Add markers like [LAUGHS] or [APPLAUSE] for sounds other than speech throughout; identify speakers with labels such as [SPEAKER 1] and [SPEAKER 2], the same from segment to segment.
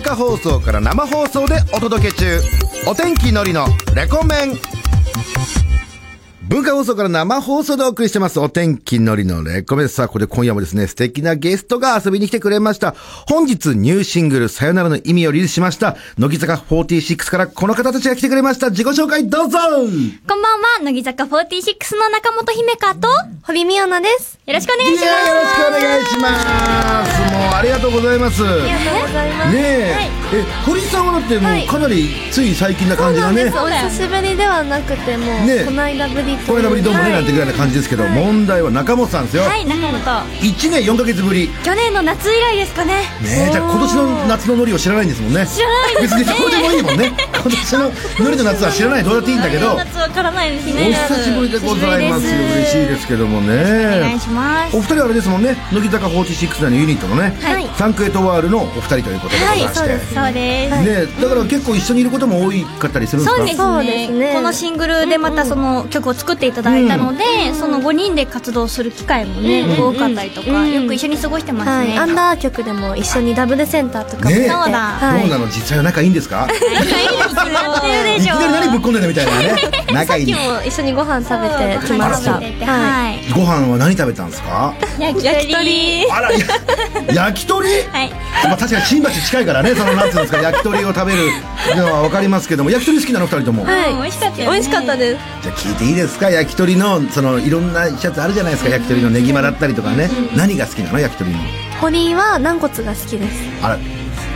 [SPEAKER 1] 日放送から生放送でお届け中お天気のりのレコメン文化放送から生放送でお送りしてます。お天気のりのレコメンさあ、ここで今夜もですね、素敵なゲストが遊びに来てくれました。本日、ニューシングル、さよならの意味をリリースしました。乃木坂46からこの方たちが来てくれました。自己紹介どうぞ
[SPEAKER 2] こんばんは、乃木坂46の中本姫香と、堀美央奈です。よろしくお願いし
[SPEAKER 1] いやーよろしくお
[SPEAKER 2] ます。
[SPEAKER 1] 願いします。もう、ありがとうございます。
[SPEAKER 2] あ
[SPEAKER 1] ね
[SPEAKER 2] りがとうござい
[SPEAKER 1] え、え、堀さんはだっても
[SPEAKER 3] は
[SPEAKER 1] う
[SPEAKER 3] い
[SPEAKER 1] かなりつい最近な感じがね。
[SPEAKER 3] お久しぶりではなくてもう、
[SPEAKER 1] ね
[SPEAKER 3] この間ぶりという
[SPEAKER 1] これぶりどうもねなんてぐらいな感じですけど、問題は中本さんですよ。
[SPEAKER 2] はい、中本。
[SPEAKER 1] 1年4ヶ月ぶり。
[SPEAKER 2] 去年の夏以来ですかね。
[SPEAKER 1] ねえ、じゃあ今年の夏のノリを知らないんですもんね。
[SPEAKER 2] 知らないで
[SPEAKER 1] 別
[SPEAKER 2] す
[SPEAKER 1] に
[SPEAKER 2] ね。
[SPEAKER 1] どうでもいいもんね。今年のノリの夏は知らない、どうだっていいんだけど。
[SPEAKER 2] [LAUGHS] 夏わからないです
[SPEAKER 1] お
[SPEAKER 2] ね。。
[SPEAKER 1] 久しぶりでございますよ。嬉しいですすけども
[SPEAKER 2] お願い
[SPEAKER 1] ね。
[SPEAKER 2] します。
[SPEAKER 1] お二人あれですもんね、乃木坂46のユニットのね、
[SPEAKER 2] はい
[SPEAKER 1] サンクエットワールのお二人ということでございまして。
[SPEAKER 2] そうです。
[SPEAKER 1] ねえだから結構一緒にいることも多かったりするんです
[SPEAKER 2] そ
[SPEAKER 1] か
[SPEAKER 2] うです
[SPEAKER 3] そう
[SPEAKER 2] ね
[SPEAKER 3] ですね
[SPEAKER 2] このシングルでまたその曲を作っていただいたので、その5人で活動する機会もね、多かったりとか、
[SPEAKER 3] うん
[SPEAKER 2] よく一緒に過ごしてます
[SPEAKER 3] はい、
[SPEAKER 2] ね、
[SPEAKER 3] アンダー曲でも一緒にダブルセンターとかも
[SPEAKER 1] ね
[SPEAKER 3] やって、
[SPEAKER 1] そう
[SPEAKER 2] だ
[SPEAKER 3] はい、
[SPEAKER 1] どうなの実際は仲いいんですか
[SPEAKER 2] いいですよ
[SPEAKER 1] いきなり何ぶっ込んでんだみたいな
[SPEAKER 2] [LAUGHS]
[SPEAKER 1] ね。仲いいね。
[SPEAKER 3] 今日一緒にご飯食べてきました
[SPEAKER 2] はい
[SPEAKER 3] は
[SPEAKER 2] はい
[SPEAKER 1] ご飯は何食べたんですか
[SPEAKER 2] 焼き鳥
[SPEAKER 1] あら、や焼き鳥
[SPEAKER 2] はい
[SPEAKER 1] まあ確かに新橋近いからね、そのなんつうん
[SPEAKER 2] [LAUGHS]
[SPEAKER 1] ですか、焼き鳥を食べるのはわかりますけども、焼き鳥好きなの、二人とも。
[SPEAKER 3] い、
[SPEAKER 2] うん美味しかったよね
[SPEAKER 3] 美味しかったです
[SPEAKER 1] じゃあ聞いていいですか、焼き鳥の、その、いろんなシャツあるじゃないですか、焼き鳥のネギマだったりとかね。何が好きなの、焼き鳥の。
[SPEAKER 3] 堀井は軟骨が好きです
[SPEAKER 1] あ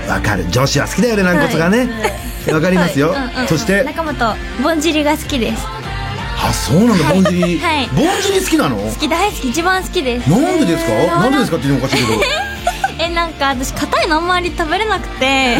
[SPEAKER 1] ら、わかる。女子は好きだよね、軟骨がね。わかりますよ。そして、
[SPEAKER 2] 中本ぼんじりが好きです
[SPEAKER 1] あ、そうなんだ、ぼんじり
[SPEAKER 2] はい。
[SPEAKER 1] ぼんじり好きなの
[SPEAKER 2] 好き大好き一番好きです
[SPEAKER 1] なんでですかなんでですかっていうのおかしいけど。
[SPEAKER 2] えなんか私硬いのあんまり食べれなくて
[SPEAKER 3] あ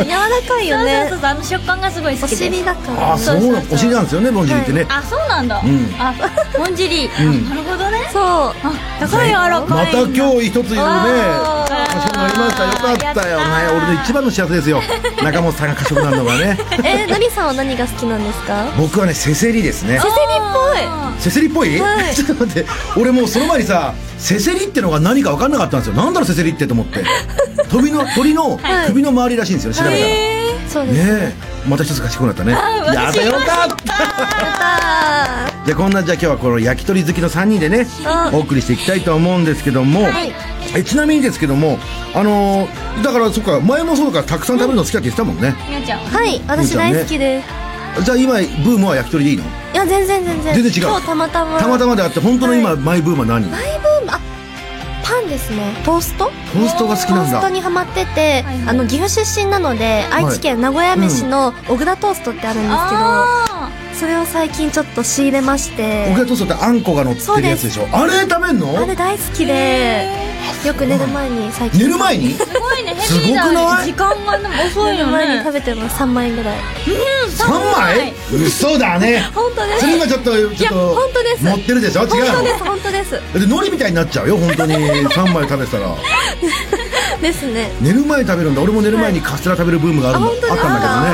[SPEAKER 3] ー柔らかいよね
[SPEAKER 2] そうそうそうそうあの食感がすごい好
[SPEAKER 3] お
[SPEAKER 2] きです
[SPEAKER 3] 尻だから
[SPEAKER 1] あ、そうなの。お尻なんですよね、ぼんじりってね。
[SPEAKER 2] あそうなんだ、
[SPEAKER 1] ん
[SPEAKER 2] あぼんじり、
[SPEAKER 1] ん
[SPEAKER 2] あなるほどね
[SPEAKER 3] そう
[SPEAKER 2] あだから柔らか
[SPEAKER 1] ま
[SPEAKER 2] い
[SPEAKER 1] た今日一ついるね
[SPEAKER 2] わー
[SPEAKER 1] 歌手になりましたよかったよ
[SPEAKER 2] やった
[SPEAKER 1] ね
[SPEAKER 2] ー
[SPEAKER 1] 俺の一番の幸せです [LAUGHS] よ中本さんが過食なるのがね
[SPEAKER 3] えー、のりさんは何が好きなんですか
[SPEAKER 1] 僕はねせせりですね
[SPEAKER 2] セセ
[SPEAKER 1] せせりっぽい、
[SPEAKER 3] は
[SPEAKER 1] [LAUGHS]
[SPEAKER 3] い
[SPEAKER 1] ちょっと待って俺もうその前にさせせりってのが何か分かんなかったんですよなんだろうせせりってと思 [LAUGHS] って鳥の鳥の
[SPEAKER 3] はい
[SPEAKER 1] 首の周りらしいんですよ調べたら、ね
[SPEAKER 3] そうです、
[SPEAKER 1] えまた一つ賢くなったね
[SPEAKER 2] ー
[SPEAKER 1] やったよかった
[SPEAKER 3] あ
[SPEAKER 1] じゃあこんなじゃあ今日はこの焼き鳥好きの3人でねお送りしていきたいと思うんですけども、
[SPEAKER 2] い
[SPEAKER 1] えちなみにですけどもあのーだからそっか前もそうだからたくさん食べるの好きだって言ってたもんね、
[SPEAKER 2] りみなちゃん
[SPEAKER 3] ーはい私大好きです、
[SPEAKER 1] じゃあ今ブームは焼き鳥でいいの
[SPEAKER 3] いや全然全然
[SPEAKER 1] 全然違う
[SPEAKER 3] 今日たまたま
[SPEAKER 1] たまたまであって本当の今、
[SPEAKER 3] は
[SPEAKER 1] マイブームは何ト
[SPEAKER 3] マイブームあパンですねトースト
[SPEAKER 1] ーストが好きなん
[SPEAKER 3] トースト
[SPEAKER 1] だ
[SPEAKER 3] にハマってて、
[SPEAKER 2] はいはい
[SPEAKER 3] あの岐阜出身なので、
[SPEAKER 1] い
[SPEAKER 3] 愛知県名古屋飯の小倉トーストってあるんですけど、
[SPEAKER 2] あ
[SPEAKER 3] それを最近ちょっと仕入れまし
[SPEAKER 1] オ
[SPEAKER 3] て
[SPEAKER 1] クラトーストってあんこが乗ってるやつでしょあれ食べんの
[SPEAKER 3] あれ大好きでよく寝る前に最近
[SPEAKER 1] 寝る
[SPEAKER 3] [LAUGHS]
[SPEAKER 1] 前に
[SPEAKER 2] ーすごいね
[SPEAKER 1] す
[SPEAKER 2] ヘビー
[SPEAKER 1] ごくない
[SPEAKER 2] 時間がでも遅い
[SPEAKER 3] 寝る
[SPEAKER 2] よ
[SPEAKER 3] 前に
[SPEAKER 2] ね
[SPEAKER 3] 食べてます3枚ぐらい
[SPEAKER 1] 3枚嘘だね
[SPEAKER 3] 本当で
[SPEAKER 1] それ今ちょっとちょっと
[SPEAKER 3] 本当です
[SPEAKER 1] 持ってるでしょ違う
[SPEAKER 3] 本当
[SPEAKER 1] の
[SPEAKER 3] です本当です
[SPEAKER 1] で海苔みたいになっちゃうよ本当に3枚食べてたら
[SPEAKER 3] ですね
[SPEAKER 1] 寝る前に食べるんだ俺も寝る前にカステラ食べるブームがあるんだ、
[SPEAKER 3] はい
[SPEAKER 1] あ
[SPEAKER 3] あ本当だ
[SPEAKER 1] ったんだ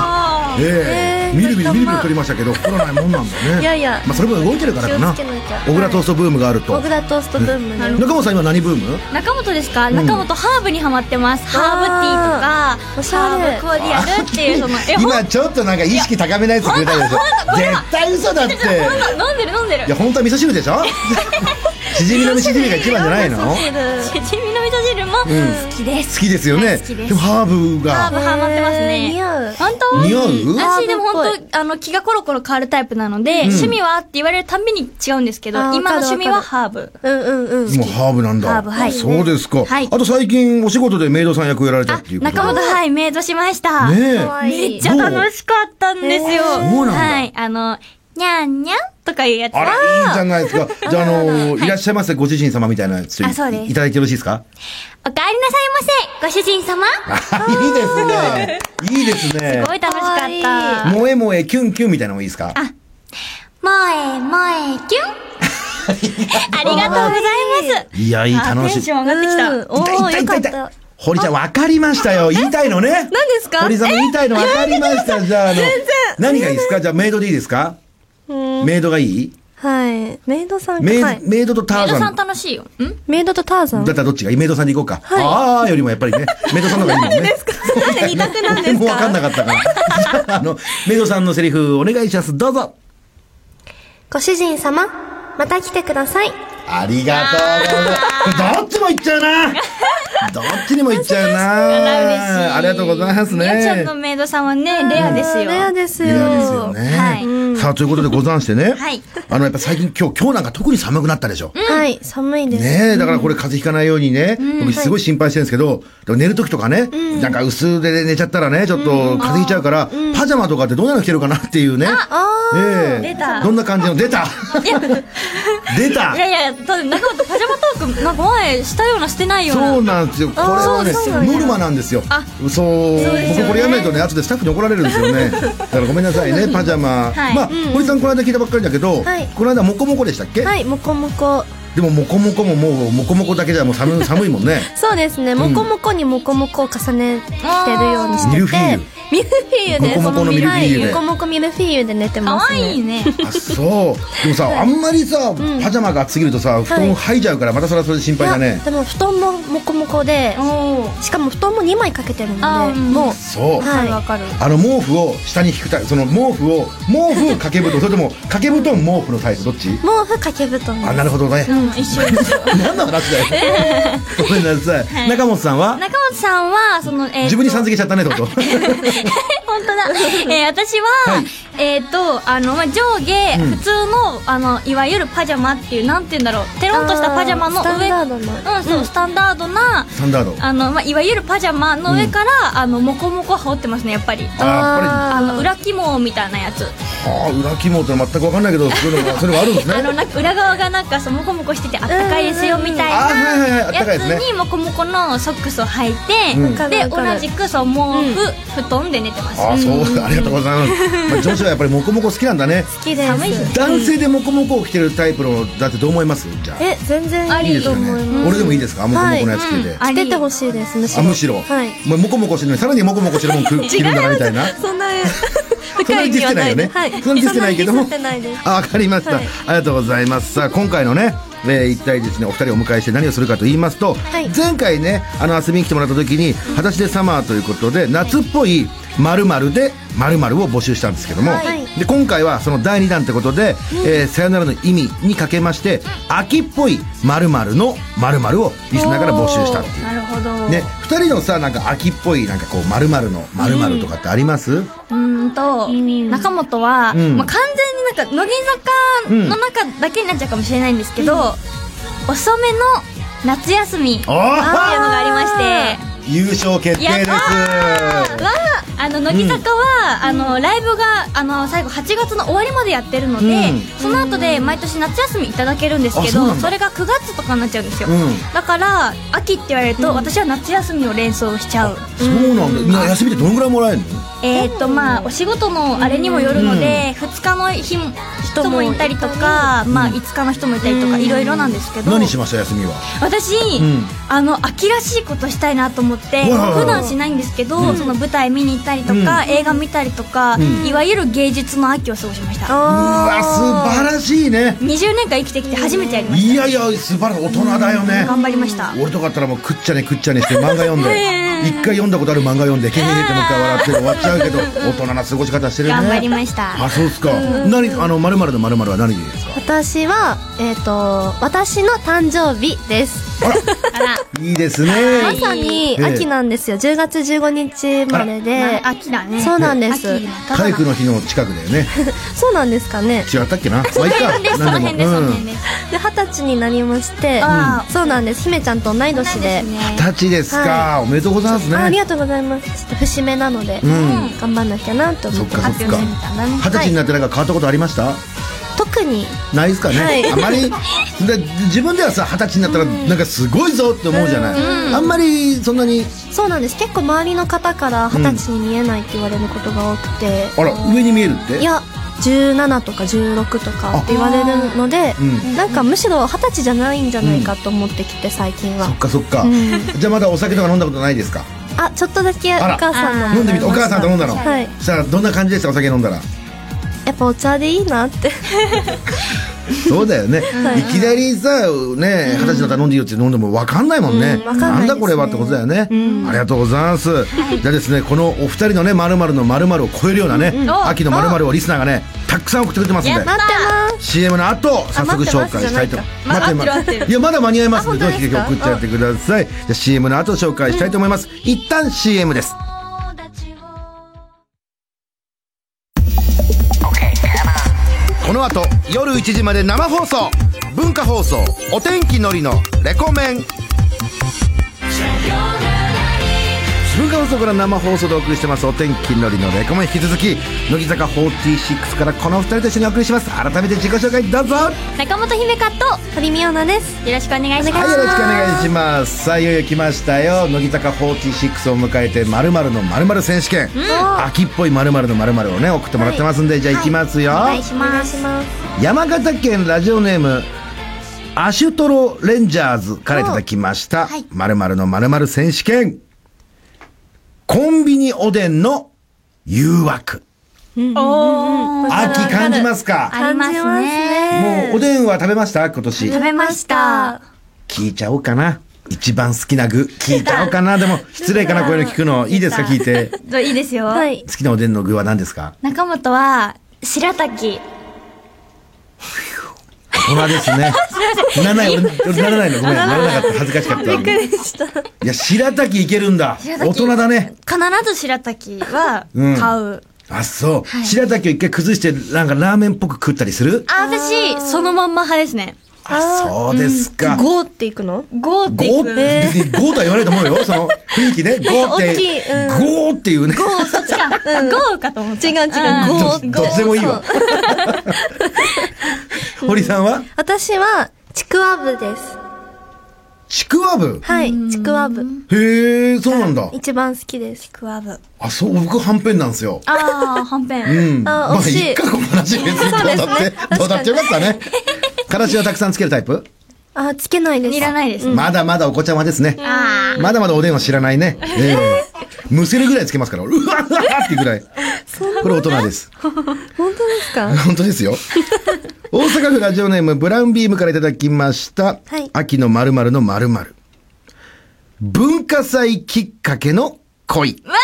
[SPEAKER 1] けどねええ
[SPEAKER 3] えー
[SPEAKER 1] みるみるみるみ
[SPEAKER 3] 仲
[SPEAKER 1] る
[SPEAKER 3] 間
[SPEAKER 1] 取りましたけど太らないもんなんだね
[SPEAKER 3] いやいや
[SPEAKER 1] まあ、それも動いてるからかな
[SPEAKER 3] 気をつけなきゃ
[SPEAKER 1] 小倉トーストブームがあると
[SPEAKER 3] 小倉トーストブーム
[SPEAKER 2] な
[SPEAKER 3] ね
[SPEAKER 2] る
[SPEAKER 1] 中本さん今何ブーム
[SPEAKER 2] 中本ですか、
[SPEAKER 1] ん
[SPEAKER 2] 中本ハーブにハマってますハーブティーとか
[SPEAKER 3] おしゃれ
[SPEAKER 2] ハーブコーディアルっていうそのえほん
[SPEAKER 1] 今ちょっとなんか意識高めないやつくれたでしょ絶対嘘だって
[SPEAKER 2] と飲んでる飲んでる
[SPEAKER 1] いや本当は味噌汁でしょしじみの味噌汁が一番じゃないの好
[SPEAKER 2] しじみの味噌汁も
[SPEAKER 1] ん
[SPEAKER 2] 好きです、
[SPEAKER 1] きですよね、
[SPEAKER 2] はい好きです
[SPEAKER 1] もハーブ
[SPEAKER 2] ハ
[SPEAKER 1] が
[SPEAKER 2] ーブハマってますね、
[SPEAKER 3] えー似合う
[SPEAKER 2] 本当
[SPEAKER 1] 似合う
[SPEAKER 2] 私でも
[SPEAKER 3] ハーブっぽい
[SPEAKER 2] 本当あの気がコロコロ変わるタイプなので、趣味はって言われるたんびに違うんですけど
[SPEAKER 3] あー
[SPEAKER 2] 今の
[SPEAKER 3] わかるわか
[SPEAKER 2] 趣
[SPEAKER 3] る
[SPEAKER 2] 味はハーブ
[SPEAKER 3] うんうんうん
[SPEAKER 1] もうハーブなんだ
[SPEAKER 2] ハーブはい
[SPEAKER 1] そうですか、
[SPEAKER 2] はい
[SPEAKER 1] あと最近お仕事でメイドさん役をやられた
[SPEAKER 2] あ
[SPEAKER 1] っていうことで
[SPEAKER 2] 中本はいメイドしました、
[SPEAKER 1] ねえ
[SPEAKER 3] かわい
[SPEAKER 2] め
[SPEAKER 3] い
[SPEAKER 2] っちゃ楽しかったんですよ、
[SPEAKER 1] どうそうなんだ
[SPEAKER 2] はいあのにゃんにゃんとかいうやつ
[SPEAKER 1] あら、いいじゃないですか。じゃあ、あのー、いらっしゃいませ、ご主人様みたいなやつ、い
[SPEAKER 2] あそうです
[SPEAKER 1] いただいてよろしいですか
[SPEAKER 2] おかえりなさいませご主人様
[SPEAKER 1] いいですね。いいですね
[SPEAKER 2] すごい楽しかった
[SPEAKER 3] かわいいあ
[SPEAKER 1] 萌え萌えキュンキュンみたいなのもいいですか
[SPEAKER 2] 萌え萌えキュン
[SPEAKER 1] [LAUGHS]
[SPEAKER 2] ありがとうございます
[SPEAKER 1] いや、いい、
[SPEAKER 2] あ
[SPEAKER 1] 楽し
[SPEAKER 2] テ
[SPEAKER 1] い。
[SPEAKER 2] ンション上がってきた、
[SPEAKER 3] うんお
[SPEAKER 1] 痛
[SPEAKER 3] ー
[SPEAKER 1] い
[SPEAKER 3] よ
[SPEAKER 1] 痛
[SPEAKER 3] か
[SPEAKER 1] い
[SPEAKER 3] っ
[SPEAKER 1] 痛い
[SPEAKER 3] た。
[SPEAKER 1] 堀ちゃん、わかりましたよ。言いたいのね。何
[SPEAKER 3] ですか
[SPEAKER 1] 堀さんも言いたいの分かりました。じゃあ、あの、何がいいですかじゃあ、メイドでいいですかメイドがいい
[SPEAKER 3] はい。メイドさんか。
[SPEAKER 1] メイ
[SPEAKER 3] はい。
[SPEAKER 1] メイドとター
[SPEAKER 2] 皆
[SPEAKER 1] ザ
[SPEAKER 2] さん
[SPEAKER 1] ン。
[SPEAKER 2] 楽しいよ。ん
[SPEAKER 3] メイドとターザン
[SPEAKER 1] だっ。たらどっちがいいメイドさんで行こうか。ああよりもやっぱりね、メイドさんの方がいいもんね。ですか
[SPEAKER 3] なんで二択なんです
[SPEAKER 1] もう分かんな
[SPEAKER 3] か
[SPEAKER 1] かったから。じゃあ、あの、メイドさんのセリフお願いします。どうぞ。
[SPEAKER 3] ご主人様、また来てください。
[SPEAKER 1] ありがとうございます。どっちも行っちゃうな。どっちにも行っちゃう
[SPEAKER 2] 嬉しい。
[SPEAKER 1] な。ありがとうございますね。
[SPEAKER 2] みよちゃんのメイドさんはね、レアですよ。
[SPEAKER 3] レアですよ。
[SPEAKER 1] 嫌ですよね。
[SPEAKER 2] はい
[SPEAKER 1] さあ、ということでござんしてね。
[SPEAKER 2] はい
[SPEAKER 1] あの、やっぱ最近今日、今日なんか特に寒くなったでしょ。
[SPEAKER 3] はい。寒いです。
[SPEAKER 1] ねえ、だからこれ風邪ひかないようにね、僕すごい心配してるんですけど、でも寝るときとかね、なんか薄手で寝ちゃったらね、ちょっと風邪ひいちゃうから、パジャマとかってどんなの着てるかなっていうね。
[SPEAKER 3] あ
[SPEAKER 1] ええ
[SPEAKER 2] 出た
[SPEAKER 1] どんな感じの、出た出た
[SPEAKER 2] いやいや、だって中本パジャマトーク、なんか前したようなしてないような。
[SPEAKER 1] そうなんですよ。これはね
[SPEAKER 3] そうそうなん、や
[SPEAKER 1] ノルマなんですよ。そう、僕これやらないとね、後でスタッフに怒られるんですよね。だからごめんなさいね、パジャマ。
[SPEAKER 2] はい
[SPEAKER 1] まあ、堀さんこの間聞いたばっかりだけど
[SPEAKER 3] はい、
[SPEAKER 1] この間モコモコでしたっけ
[SPEAKER 3] ーはい。もこもこ。
[SPEAKER 1] でもモコモコももうモコモコだけじゃもう寒い寒いもんね。
[SPEAKER 3] そうですね。もこもこにもこもこを重ねてるようにしてて。
[SPEAKER 1] ミルフィーユ
[SPEAKER 3] ミルフィーユです。
[SPEAKER 1] もこもこのミルフィーユで
[SPEAKER 3] はいもこもこミルフィーユで寝て
[SPEAKER 2] か
[SPEAKER 3] ます
[SPEAKER 2] わ
[SPEAKER 3] ね。
[SPEAKER 2] いい
[SPEAKER 1] [LAUGHS]
[SPEAKER 2] ね。
[SPEAKER 1] あ、そう。でもさ、あんまりさ、パジャマが暑すぎるとさ、布団吐いちゃうからまたそれはそれで心配だ
[SPEAKER 3] いや
[SPEAKER 1] ね。
[SPEAKER 3] でも布団ももこもこで、
[SPEAKER 2] お
[SPEAKER 3] しかも布団も2枚かけてるんで、
[SPEAKER 2] あーうん
[SPEAKER 3] もう、
[SPEAKER 1] そう。
[SPEAKER 2] は、
[SPEAKER 3] はい
[SPEAKER 2] わ
[SPEAKER 3] い。
[SPEAKER 2] かる。
[SPEAKER 1] あの毛布を下に引くタイプ、その毛布を、毛布掛け [LAUGHS] 布団、それとも掛け布団毛布のタイプ、どっち
[SPEAKER 3] 毛布掛け布団
[SPEAKER 1] あ、
[SPEAKER 3] です。
[SPEAKER 1] なるほどね
[SPEAKER 2] う。ん、一緒
[SPEAKER 1] [LAUGHS]
[SPEAKER 2] 一緒。
[SPEAKER 1] 何の話だよ。 [LAUGHS] ごめんなさい。中本さんは
[SPEAKER 2] 中本さんは、その、えーと
[SPEAKER 1] 自分にさん付けしちゃったね、どうぞ。
[SPEAKER 2] [LAUGHS] 本当だ。えー私は、
[SPEAKER 1] はい
[SPEAKER 2] えっ、と、あの、まあ、上下、
[SPEAKER 1] うん
[SPEAKER 2] 普通の、あの、いわゆるパジャマっていう、なんて言うんだろう、テロンとしたパジャマの
[SPEAKER 3] あースタン
[SPEAKER 2] 上、
[SPEAKER 3] ダードな
[SPEAKER 2] うん、そう、スタンダードな、
[SPEAKER 1] スタンダー [LAUGHS] ド。
[SPEAKER 2] あの、まあ、いわゆるパジャマの上から、あの、もこもこ羽織ってますね、やっぱり。
[SPEAKER 1] あやっぱ
[SPEAKER 2] あ
[SPEAKER 3] あー
[SPEAKER 2] の、裏肝みたいなやつ。
[SPEAKER 1] り、はあ、裏肝って全く分かんないけど、そういうのが、それがあるんですね。
[SPEAKER 2] あの、なんか裏側がなんか、そう、もこもこしててあったかいですよ、みたいな。
[SPEAKER 1] あはいはいはいあったか
[SPEAKER 2] や
[SPEAKER 1] い
[SPEAKER 2] つ
[SPEAKER 1] ですね
[SPEAKER 2] にもこもこのソックスを履いて、
[SPEAKER 1] うん
[SPEAKER 2] で
[SPEAKER 3] わかるわか
[SPEAKER 2] 同
[SPEAKER 3] る
[SPEAKER 2] じくそう毛布、布団で寝てます
[SPEAKER 1] ああそう [LAUGHS] ありがとうございます、まあ、女子はやっぱりモコモコ好きなんだ [LAUGHS] ね
[SPEAKER 3] 好きです。
[SPEAKER 2] 寒いし
[SPEAKER 1] 男性でモコモコを着てるタイプのだってどう思いますじゃあ
[SPEAKER 3] え、全然
[SPEAKER 1] いい
[SPEAKER 3] い
[SPEAKER 1] で
[SPEAKER 3] い
[SPEAKER 1] す
[SPEAKER 3] と
[SPEAKER 1] よ
[SPEAKER 3] 思います。
[SPEAKER 1] ね俺でもいいですかモコモコのやつ着てて、
[SPEAKER 2] はいうん
[SPEAKER 3] 着ててほしいです、むしろ。
[SPEAKER 1] あむしろ、
[SPEAKER 3] はい。
[SPEAKER 1] もうモコモコしてるのにさらにモコモコしてるもんく着るんだなみたいな
[SPEAKER 3] そ
[SPEAKER 1] [LAUGHS]
[SPEAKER 3] んな、
[SPEAKER 1] そんなにディスってないよね、
[SPEAKER 3] はい。
[SPEAKER 1] そんなにディスってないけども
[SPEAKER 3] そんなにディスってないです。
[SPEAKER 1] あわかりました、
[SPEAKER 3] はい
[SPEAKER 1] ありがとうございますさあ今回のねえー一体ですねお二人をお迎えして何をするかと言いますと、
[SPEAKER 3] はい
[SPEAKER 1] 前回ねあの遊びに来てもらった時に「裸足でサマー」ということで夏っぽい〇〇で〇〇を募集したんですけども、
[SPEAKER 3] はい
[SPEAKER 1] で今回はその第2弾ってことで「えーさよなら」の意味にかけまして秋っぽい〇〇の〇〇をリスナーから募集したっていう
[SPEAKER 2] なるほど、
[SPEAKER 1] ね、二人のさなんか秋っぽいなんかこう〇〇の〇〇とかってあります、
[SPEAKER 2] うーんと中本は、
[SPEAKER 1] うん
[SPEAKER 2] まあ、完全になんか乃木坂の中だけになっちゃうかもしれないんですけど、遅めの夏休みっていうのがありまして
[SPEAKER 1] 優勝決定です
[SPEAKER 2] やはあの乃木坂は、あのライブがあの最後8月の終わりまでやってるので、
[SPEAKER 1] うん
[SPEAKER 2] その後で毎年夏休みいただけるんですけ
[SPEAKER 1] あそう
[SPEAKER 2] ど
[SPEAKER 1] なん
[SPEAKER 2] そ
[SPEAKER 1] だ
[SPEAKER 2] れが9月とかになっちゃうんですよ、
[SPEAKER 1] うん
[SPEAKER 2] だから秋って言われると、私は夏休みを連想しちゃう
[SPEAKER 1] そうなんだ、な休みってどのぐらいもらえるの
[SPEAKER 2] えー、とまあお仕事のあれにもよるので、二2日の日も人もいたりとか、まあ、5日の人もいたりとかいろいろなんですけど
[SPEAKER 1] 何しました休みは
[SPEAKER 2] 私、
[SPEAKER 1] ん
[SPEAKER 2] あの秋らしいことしたいなと思っ
[SPEAKER 1] い
[SPEAKER 2] て
[SPEAKER 1] はいはい
[SPEAKER 2] 普段しないんですけど、その舞台見に行ったりとか、映画見たりとか、
[SPEAKER 1] ん
[SPEAKER 2] いわゆる芸術の秋を過ごしました
[SPEAKER 1] う
[SPEAKER 3] あ
[SPEAKER 1] わ素晴らしいね
[SPEAKER 2] 20年間生きてきて初めてやりまし
[SPEAKER 1] いやいや素晴らしい大人だよ
[SPEAKER 2] た
[SPEAKER 1] ね
[SPEAKER 2] 頑張りました
[SPEAKER 1] 俺とかだったらもうくっちゃねくっちゃねして漫画読んで
[SPEAKER 2] [LAUGHS]
[SPEAKER 1] 一回読んだことある漫画読んでケヘヘってもう一回笑って終わっちゃうけど
[SPEAKER 2] [LAUGHS]
[SPEAKER 1] 大人な過ごし方してるね
[SPEAKER 2] 頑張りました
[SPEAKER 1] あそうっすか何あの〇〇の〇〇は何ですか
[SPEAKER 3] ー私は、えっ、と、私の誕生日です。
[SPEAKER 2] あら
[SPEAKER 1] いいですね
[SPEAKER 3] まさに秋なんですよ。10月15日までで。
[SPEAKER 2] まあ秋だね
[SPEAKER 3] そうなんです
[SPEAKER 2] 秋だから
[SPEAKER 1] 体育の日の近くだよね
[SPEAKER 3] そうなんですかね。
[SPEAKER 1] 違ったっけなまあいい
[SPEAKER 2] その
[SPEAKER 1] か
[SPEAKER 2] 辺ですその
[SPEAKER 1] 何
[SPEAKER 2] 辺
[SPEAKER 1] で
[SPEAKER 2] ですその
[SPEAKER 1] も
[SPEAKER 2] 辺です
[SPEAKER 3] で、二十歳になりまして
[SPEAKER 2] あ、ー
[SPEAKER 3] そうなんです。姫ちゃんと同い年で。
[SPEAKER 2] ね
[SPEAKER 1] 二十歳ですかおめでとうございますね
[SPEAKER 3] あありがとうございます。ちょっと節目なので、
[SPEAKER 1] ん
[SPEAKER 3] 頑張んなきゃなと思って
[SPEAKER 1] そっ
[SPEAKER 3] ま
[SPEAKER 1] か
[SPEAKER 2] 発
[SPEAKER 3] す。
[SPEAKER 2] 表してみたんだね
[SPEAKER 1] 二十歳になってなんか変わったことありました、
[SPEAKER 3] 特に、
[SPEAKER 1] ないですかね、
[SPEAKER 3] はい
[SPEAKER 1] あまりで自分ではさ二十歳になったらなんかすごいぞって思うじゃない、あんまりそんなに
[SPEAKER 3] そうなんです。結構周りの方から二十歳に見えないって言われることが多くて、
[SPEAKER 1] あら上に見えるって
[SPEAKER 3] いや、17とか16とかって言われるので、
[SPEAKER 1] うん
[SPEAKER 3] なんかむしろ二十歳じゃないんじゃないかと思ってきて、最近は
[SPEAKER 1] そっ。かそっか、じゃあまだお酒とか飲んだことないですか
[SPEAKER 3] あ、ちょっとだけお
[SPEAKER 1] あら
[SPEAKER 3] 母さんの
[SPEAKER 1] 飲んでみてお母さんと飲んだの、
[SPEAKER 3] はい。
[SPEAKER 1] そしたらどんな感じでしたお酒飲んだら [LAUGHS]
[SPEAKER 3] やっぱお茶でいいなって。
[SPEAKER 1] そうだよね。いきなりさ、ね、二十歳の方飲んでいいよって飲んでも分かんないもんね。
[SPEAKER 3] んわかんな
[SPEAKER 1] ん
[SPEAKER 3] いですね
[SPEAKER 1] だこれはってことだよね。ありがとうございます。じゃあですね、このお二人のね、〇〇の〇〇を超えるようなね、
[SPEAKER 2] お
[SPEAKER 1] 秋の〇〇をリスナーがね、たくさん送ってくれてますんで
[SPEAKER 2] やっ。た
[SPEAKER 3] 待ってます
[SPEAKER 1] CM の後早速紹介したいと
[SPEAKER 2] あ待ってますじゃ
[SPEAKER 1] 待
[SPEAKER 2] ないかま待ってる
[SPEAKER 1] いやまだ間に合いますんで
[SPEAKER 2] あ
[SPEAKER 1] ぜ
[SPEAKER 2] 本当
[SPEAKER 1] ひ
[SPEAKER 2] です
[SPEAKER 1] ぜ
[SPEAKER 2] か
[SPEAKER 1] ひ送ってやってください、じゃあ CM の後紹介したいと思います、一旦 CM ですこの後夜1時まで生放送文化放送お天気のりのレコメン文化放送から生放送でお送りしてますお天気のりのレコメン引き続き乃木坂46からこの二人と一緒にお送りします改めて自己紹介どうぞ
[SPEAKER 2] 中本姫香と
[SPEAKER 3] 堀美央奈です
[SPEAKER 2] よろしくお願いしま
[SPEAKER 1] はい、
[SPEAKER 2] す
[SPEAKER 1] よろしくお願いします。さあ、いよいよ来ましたよ。乃木坂46を迎えて、まるのまる選手権。秋っぽいまるのまるをね、送ってもらってますんで、じゃあ行きますよ。
[SPEAKER 2] お願いします
[SPEAKER 3] お願いし
[SPEAKER 1] 山形県ラジオネーム、アシュトロレンジャーズからいただきました。まるのまる選手権。コンビニおでんの誘惑。
[SPEAKER 2] おー
[SPEAKER 1] 秋感じますすか
[SPEAKER 2] あります
[SPEAKER 3] 感じます
[SPEAKER 2] ね
[SPEAKER 3] ね
[SPEAKER 1] もうおでんは食べました今年。
[SPEAKER 2] 食べました
[SPEAKER 1] 聞いちゃおうかな。一番好きな具、聞いちゃおうか [LAUGHS] な。でも、失礼かな、こういうの聞く [LAUGHS] の。いいですか、聞いて。
[SPEAKER 2] どういいですよ、
[SPEAKER 3] はい
[SPEAKER 1] 好きなおでんの具は何ですか
[SPEAKER 2] 中本は白滝
[SPEAKER 1] 大人です [LAUGHS] ね。ならない、俺、俺ならないの。ごめん、ならなかった。恥ずかしかった。い
[SPEAKER 3] した
[SPEAKER 1] や、白滝いけるんだ。
[SPEAKER 2] 白滝
[SPEAKER 1] 大人だね。
[SPEAKER 2] 必ず白滝は
[SPEAKER 1] うん
[SPEAKER 2] 買う、
[SPEAKER 1] あ、そう。白滝を一回崩して、なんかラーメンっぽく食ったりする
[SPEAKER 2] あ私そのまんま派ですね
[SPEAKER 1] あ、そうですか。
[SPEAKER 3] 5っていくの
[SPEAKER 2] ゴーってい
[SPEAKER 1] ゴ
[SPEAKER 2] く
[SPEAKER 1] ー別にゴーとは言わないと思うよ。その雰囲気 [LAUGHS] ね。ゴーっ
[SPEAKER 3] 大きい
[SPEAKER 1] て
[SPEAKER 3] う、
[SPEAKER 1] ゴーっていうね。
[SPEAKER 2] ゴーそっちか、ゴーかと思って
[SPEAKER 3] 違う違う
[SPEAKER 1] [LAUGHS] ど
[SPEAKER 3] 5
[SPEAKER 1] どっちでもいいわ。 [LAUGHS] 堀さんは
[SPEAKER 3] 私はちくわぶです
[SPEAKER 1] ちくわぶ
[SPEAKER 3] はいちくわぶ
[SPEAKER 1] へえ、そうなんだ。
[SPEAKER 3] 一番好きです
[SPEAKER 2] クワブ
[SPEAKER 1] あ、そう、僕はんぺんなんですよ。
[SPEAKER 2] ああはんぺん、
[SPEAKER 1] うん。
[SPEAKER 3] あ
[SPEAKER 1] まあ、
[SPEAKER 3] 惜しい
[SPEAKER 1] 一回この話別にどうだって、どうだってよかった [LAUGHS] ね。からしをたくさんつけるタイプ
[SPEAKER 3] あつけないです
[SPEAKER 2] いらないですね、
[SPEAKER 1] まだまだお子ちゃまですね。
[SPEAKER 2] あ
[SPEAKER 1] まだまだおでんは知らないね。ええ。むせるぐらいつけますから、うわっっていうぐらい。これ大人です。
[SPEAKER 3] 本当ですか
[SPEAKER 1] 本当ですよ。大阪府ラジオネームブラウンビームからいただきました。
[SPEAKER 3] はい
[SPEAKER 1] 秋の〇〇の〇〇。文化祭きっかけの恋。かわいい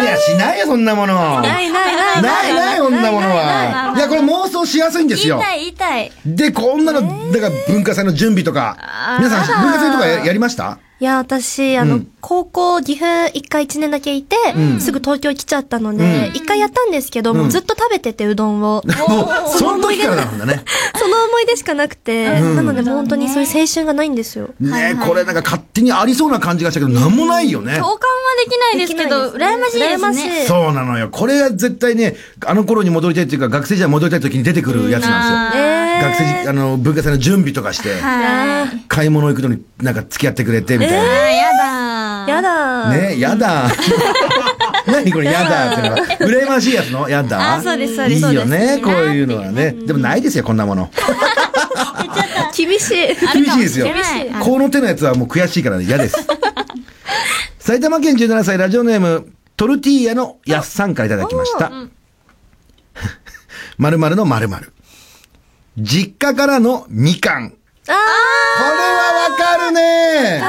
[SPEAKER 1] ありゃしないよ、そんなもの。ない
[SPEAKER 3] ないないない
[SPEAKER 1] ないない、こんなものは。いや、これ妄想しやすいんで
[SPEAKER 2] ー
[SPEAKER 1] す
[SPEAKER 2] 言
[SPEAKER 1] よ
[SPEAKER 2] い。たい言いたい
[SPEAKER 1] で、こんなの、だから文化祭の準備とか。皆さん、文化祭とかややりました
[SPEAKER 3] いや、私、あの、高校、岐阜、一回一年だけいて、すぐ東京来ちゃったので、一、回やったんですけど、もうずっと食べてて、うどん
[SPEAKER 1] [LAUGHS] も
[SPEAKER 3] を。
[SPEAKER 1] う、その時からなんだね。
[SPEAKER 3] その思い出しかなくて、なので、もう本当にそういう青春がないんですよ。
[SPEAKER 1] ねこれなんか勝手にありそうな感じがしたけど、なんもないよね。
[SPEAKER 2] 共感はできないですけど
[SPEAKER 3] できな
[SPEAKER 2] 羨
[SPEAKER 3] い
[SPEAKER 2] ましい
[SPEAKER 3] 羨ま
[SPEAKER 2] です
[SPEAKER 3] しい
[SPEAKER 2] ね
[SPEAKER 1] そうなのよ。これは絶対ね、あの頃に戻りたいっていうか、学生時代戻りたい時に出てくるやつなんですよ。
[SPEAKER 3] え
[SPEAKER 1] 学生時、あの、文化祭の準備とかして、
[SPEAKER 2] はい
[SPEAKER 1] 買い物行くのになんか付き合ってくれて、みたいな。
[SPEAKER 2] あーや
[SPEAKER 3] ー、
[SPEAKER 2] だ
[SPEAKER 3] やだー。
[SPEAKER 1] ねや
[SPEAKER 2] [LAUGHS]
[SPEAKER 1] だ。何これ、やだってのは。羨ましいやつのやだ。
[SPEAKER 2] あそうですそうです
[SPEAKER 1] いいよ
[SPEAKER 2] そうで
[SPEAKER 1] ね、
[SPEAKER 2] す
[SPEAKER 1] こういうのはね。でもないですよ、こんなもの。
[SPEAKER 3] 厳しい。
[SPEAKER 1] 厳しいですよ
[SPEAKER 2] あるかもしれない。
[SPEAKER 1] この手のやつはもう悔しいから嫌 [LAUGHS] です。埼玉県17歳ラジオネーム、トルティーヤのやっさんからいただきました。 [LAUGHS] まるのまる実家からのみかん。こ
[SPEAKER 3] あ
[SPEAKER 1] れはわかるね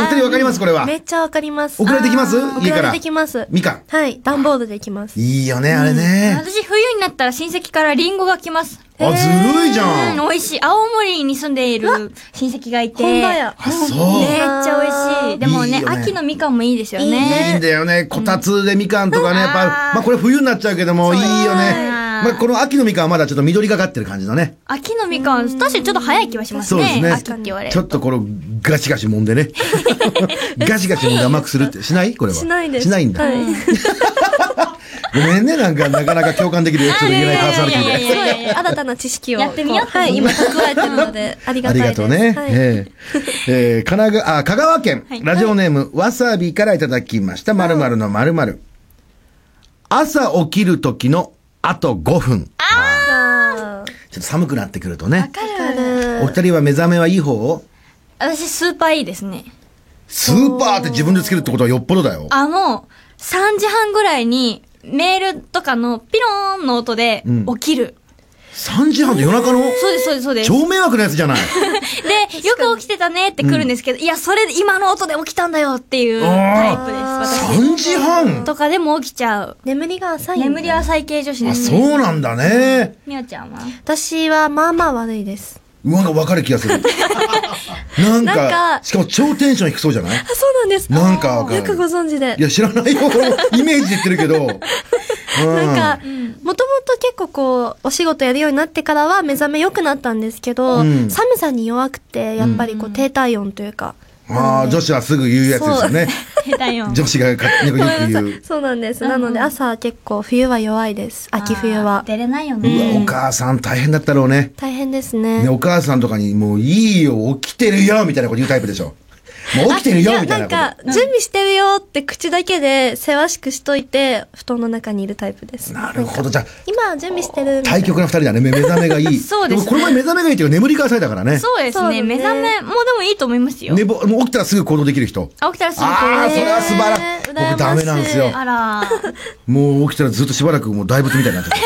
[SPEAKER 1] お二人わかりますこれは
[SPEAKER 3] ー、。めっちゃわかります。
[SPEAKER 1] 送られてきます
[SPEAKER 3] あー
[SPEAKER 1] 家から
[SPEAKER 3] 送られてきます。
[SPEAKER 1] みかん。
[SPEAKER 3] はい、段ボールできます。
[SPEAKER 1] いいよね、あれね。
[SPEAKER 2] 私冬になったら親戚からリンゴが来ます
[SPEAKER 1] あ、ずるいじゃ
[SPEAKER 2] うん
[SPEAKER 1] ん。
[SPEAKER 2] 美味しい青森に住んでいる親戚がいて
[SPEAKER 3] ほんまや。
[SPEAKER 1] あ、そう。
[SPEAKER 2] めっちゃ美味しいでもね
[SPEAKER 1] いいよね
[SPEAKER 2] 秋のみかんもいいですよね
[SPEAKER 3] いいね
[SPEAKER 1] いいんだよね。こたつでみかんとかね、やっぱ、まあこれ冬になっちゃうけども、いいよね。まあこの秋のみかんはまだちょっと緑がかってる感じだね。
[SPEAKER 2] 秋のみかん確かにちょっと早い気はします
[SPEAKER 1] そうです
[SPEAKER 2] ね
[SPEAKER 1] ね
[SPEAKER 2] 秋って言われ
[SPEAKER 1] ちょっとこのガシガシ揉んでね。ガシガシ揉んで甘くするって、しないこれは。
[SPEAKER 3] しないです。
[SPEAKER 1] しないんだ。
[SPEAKER 3] はい
[SPEAKER 1] ごめんね、なんか、なかなか共感できるエピソード言えないパーソナリティ
[SPEAKER 2] いやいやいやいや
[SPEAKER 1] で。
[SPEAKER 3] すごい新たな知識を。
[SPEAKER 2] やってみよう
[SPEAKER 3] こはい、今蓄えてる
[SPEAKER 1] [LAUGHS]
[SPEAKER 3] ので、ありが
[SPEAKER 1] あ
[SPEAKER 3] たい
[SPEAKER 1] り
[SPEAKER 3] で
[SPEAKER 1] が
[SPEAKER 3] す。
[SPEAKER 1] とうね。
[SPEAKER 3] はい
[SPEAKER 1] ええええ神奈川、あ、香川県、ラジオネーム、わさびからいただきました。まるまるのまるまる。朝起きる時のあと5分。
[SPEAKER 3] あー
[SPEAKER 1] ちょっと寒くなってくるとね。
[SPEAKER 3] わかる
[SPEAKER 1] お二人は目覚めはいい方を
[SPEAKER 2] 私スーパーいいですね
[SPEAKER 1] スーパーって自分でつけるってことはよっぽどだよ。
[SPEAKER 2] あの3時半ぐらいにメールとかのピローンの音で起きる、
[SPEAKER 1] 3時半で夜中の
[SPEAKER 2] そうです、そうです、そうです。
[SPEAKER 1] 超迷惑なやつじゃない。
[SPEAKER 2] で、よく起きてたねって来るんですけど、いや、それ、今の音で起きたんだよっていうタイプです、私。
[SPEAKER 1] 3時半
[SPEAKER 2] とかでも起きちゃう。
[SPEAKER 3] 眠りが浅いんだ
[SPEAKER 2] 眠りは最系女子で
[SPEAKER 1] あ、
[SPEAKER 2] す
[SPEAKER 1] そ
[SPEAKER 2] ね。
[SPEAKER 1] うなんだね。
[SPEAKER 2] みおちゃんは
[SPEAKER 3] 私はまあまあ悪いです
[SPEAKER 1] うわ、なんか分かる気がする。なんか、
[SPEAKER 3] なんか
[SPEAKER 1] しかも超テンション低そうじゃない
[SPEAKER 3] [LAUGHS] あそうなんです
[SPEAKER 1] なんかわかる
[SPEAKER 3] よくご存知で
[SPEAKER 1] いや、知らないよ。イメージで言ってるけど。
[SPEAKER 3] なんか、
[SPEAKER 2] ん
[SPEAKER 3] もともと結構こう、お仕事やるようになってからは目覚め良くなったんですけど、
[SPEAKER 1] うん
[SPEAKER 3] 寒さに弱くて、やっぱりこう、低体温というか。
[SPEAKER 1] うん、ああ、女子はすぐ言うやつですよね。
[SPEAKER 2] だよ。
[SPEAKER 1] 女子がかよく
[SPEAKER 3] ごめんな
[SPEAKER 1] 言
[SPEAKER 3] さ
[SPEAKER 1] う
[SPEAKER 3] い。。そうなんです。なので朝結構、冬は弱いです。秋冬
[SPEAKER 2] あ
[SPEAKER 3] は
[SPEAKER 2] ー。出れないよ
[SPEAKER 1] うわ、
[SPEAKER 2] ね。
[SPEAKER 1] お母さん大変だったろうね。
[SPEAKER 3] 大変です
[SPEAKER 1] ね、
[SPEAKER 3] ね。
[SPEAKER 1] お母さんとかに、もういいよ、起きてるよみたいなこと言うタイプでしょ。もう起きてるよ
[SPEAKER 3] あ
[SPEAKER 1] みたいなこと。
[SPEAKER 3] やんか、準備してるよって口だけで、せわしくしといて、布団の中にいるタイプです。
[SPEAKER 1] なるほど。じゃあ、
[SPEAKER 3] 今、準備してるみたい
[SPEAKER 1] 対
[SPEAKER 3] な。
[SPEAKER 1] 局な二人だね。目目覚めがいい。
[SPEAKER 2] そうですね
[SPEAKER 1] もこの前目覚めがいいっていうか眠りが浅いだからね。
[SPEAKER 2] [LAUGHS] そうです
[SPEAKER 3] そう
[SPEAKER 2] ね。
[SPEAKER 3] だね
[SPEAKER 2] 目覚め、もうでもいいと思いますよ。
[SPEAKER 1] 寝ぼもう起きたらすぐ行動できる人。
[SPEAKER 2] あ、起きたらすぐ
[SPEAKER 1] ああ、そ
[SPEAKER 2] こう
[SPEAKER 1] れは素晴ら
[SPEAKER 3] え
[SPEAKER 1] しい。
[SPEAKER 3] ー
[SPEAKER 1] 僕
[SPEAKER 3] 羨ましい
[SPEAKER 1] ダメなんですよ。
[SPEAKER 2] あらー。
[SPEAKER 1] もう起きたらずっとしばらくもう大仏みたいになってる。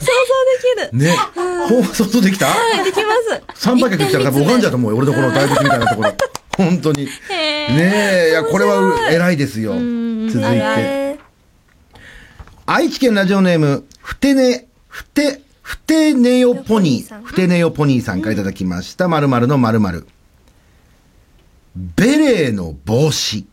[SPEAKER 3] 想像できる。
[SPEAKER 1] ね。ほう想像できた
[SPEAKER 3] できます。
[SPEAKER 1] 三杯客来たら多分
[SPEAKER 2] 一点
[SPEAKER 1] 拝
[SPEAKER 2] 三つ目
[SPEAKER 1] んじゃうと思うよ。俺のこの大仏みたいなところ。本当に。ね
[SPEAKER 2] へー
[SPEAKER 1] え、いや、これは偉いですよ。続い
[SPEAKER 3] あ
[SPEAKER 1] て。
[SPEAKER 3] れ
[SPEAKER 1] 愛知県ラジオネーム、ふてね、ふて、ふてねよポニー、ふてねよポニーさんからいただきました。まるまるのまるまる。ベレーの帽子。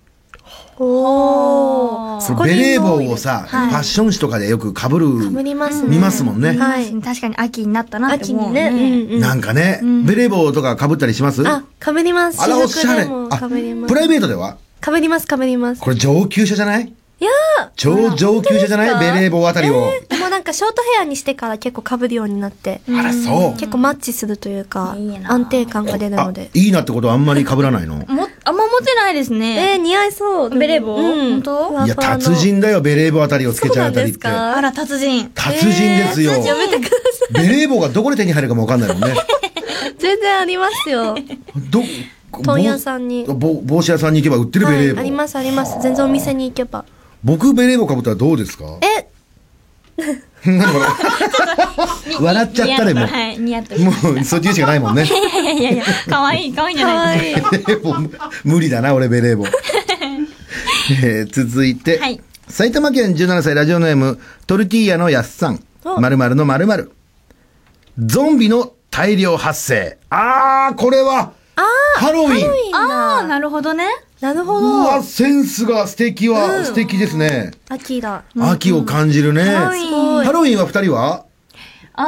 [SPEAKER 3] おー。そこ
[SPEAKER 1] ベ
[SPEAKER 3] に
[SPEAKER 1] レー帽
[SPEAKER 3] も
[SPEAKER 1] を
[SPEAKER 3] う
[SPEAKER 1] さ、ファッション誌とかでよく被る。
[SPEAKER 3] 被りますね
[SPEAKER 1] 見ますもんね。
[SPEAKER 3] はい。
[SPEAKER 2] 確かに秋になったなって
[SPEAKER 3] 秋
[SPEAKER 2] 思う
[SPEAKER 3] にね。
[SPEAKER 2] ね。
[SPEAKER 3] うんうん。
[SPEAKER 1] なんかね、ベレー帽とか被ったりします
[SPEAKER 3] あ、かぶります。
[SPEAKER 1] あら、おしゃれ。
[SPEAKER 3] 私服でも
[SPEAKER 1] あ
[SPEAKER 3] かぶりま、
[SPEAKER 1] プ
[SPEAKER 3] す。
[SPEAKER 1] ライベートでは
[SPEAKER 3] かぶります、かぶります。
[SPEAKER 1] これ上級者じゃない
[SPEAKER 3] いや
[SPEAKER 1] 超上級者じゃない
[SPEAKER 2] 本当ですか
[SPEAKER 1] ベレー帽あたりを。
[SPEAKER 3] ーもうなんかショートヘアにしてから結構かぶるようになって、
[SPEAKER 1] あら、そう。
[SPEAKER 3] 結構マッチするというか
[SPEAKER 2] いい、な
[SPEAKER 3] 安定感が出る
[SPEAKER 1] あ
[SPEAKER 3] ので、。
[SPEAKER 1] いいなってことはあんまり被らないの
[SPEAKER 2] も、あんま持てないです
[SPEAKER 3] えー、
[SPEAKER 2] ね。
[SPEAKER 3] 似合いそう。
[SPEAKER 2] ベレー帽
[SPEAKER 3] うん
[SPEAKER 2] 本当
[SPEAKER 3] ふわ
[SPEAKER 1] い
[SPEAKER 3] ふ
[SPEAKER 1] や、
[SPEAKER 3] わの
[SPEAKER 1] 達人だよ、ベレー帽あたりをつけちゃうあたりって。
[SPEAKER 3] そうなん
[SPEAKER 2] あら、達人。
[SPEAKER 1] 達人ですよ。
[SPEAKER 3] やめてくださ
[SPEAKER 1] ベレー帽がどこで手に入るかもわかんないもんね。
[SPEAKER 3] い。全然ありますよ。
[SPEAKER 1] ど、
[SPEAKER 3] 問屋さんに
[SPEAKER 1] ぼ帽子屋さんに行けば売ってるベ
[SPEAKER 3] は
[SPEAKER 1] レー
[SPEAKER 3] い、
[SPEAKER 1] 帽。
[SPEAKER 3] ありますあります。全然お店に行けば。
[SPEAKER 1] 僕ベレー帽かぶったらどうですか
[SPEAKER 3] え、
[SPEAKER 1] なんかこれ笑っちゃったね、もう。
[SPEAKER 2] はい、似合ってる。
[SPEAKER 1] もう、そういう勇気がないもんね。
[SPEAKER 2] いやいやいや、かわいい、かわいいんじゃないですか。
[SPEAKER 1] ベ [LAUGHS] レー帽無理だな、俺ベレー帽。えー続いて、
[SPEAKER 2] はい
[SPEAKER 1] 埼玉県17歳ラジオネーム、トルティーヤのやっさん。
[SPEAKER 3] お
[SPEAKER 1] まるのまるゾンビの大量発生。あー、これは、ハロウィン。
[SPEAKER 2] ああ、なるほどね。
[SPEAKER 3] なるほ
[SPEAKER 1] う
[SPEAKER 3] ど。
[SPEAKER 1] わ、センスが素敵は、素敵ですね。
[SPEAKER 3] アキラ。
[SPEAKER 1] 秋を感じるね。
[SPEAKER 2] ハロウィン
[SPEAKER 1] うんハロウィンは二人は
[SPEAKER 2] あ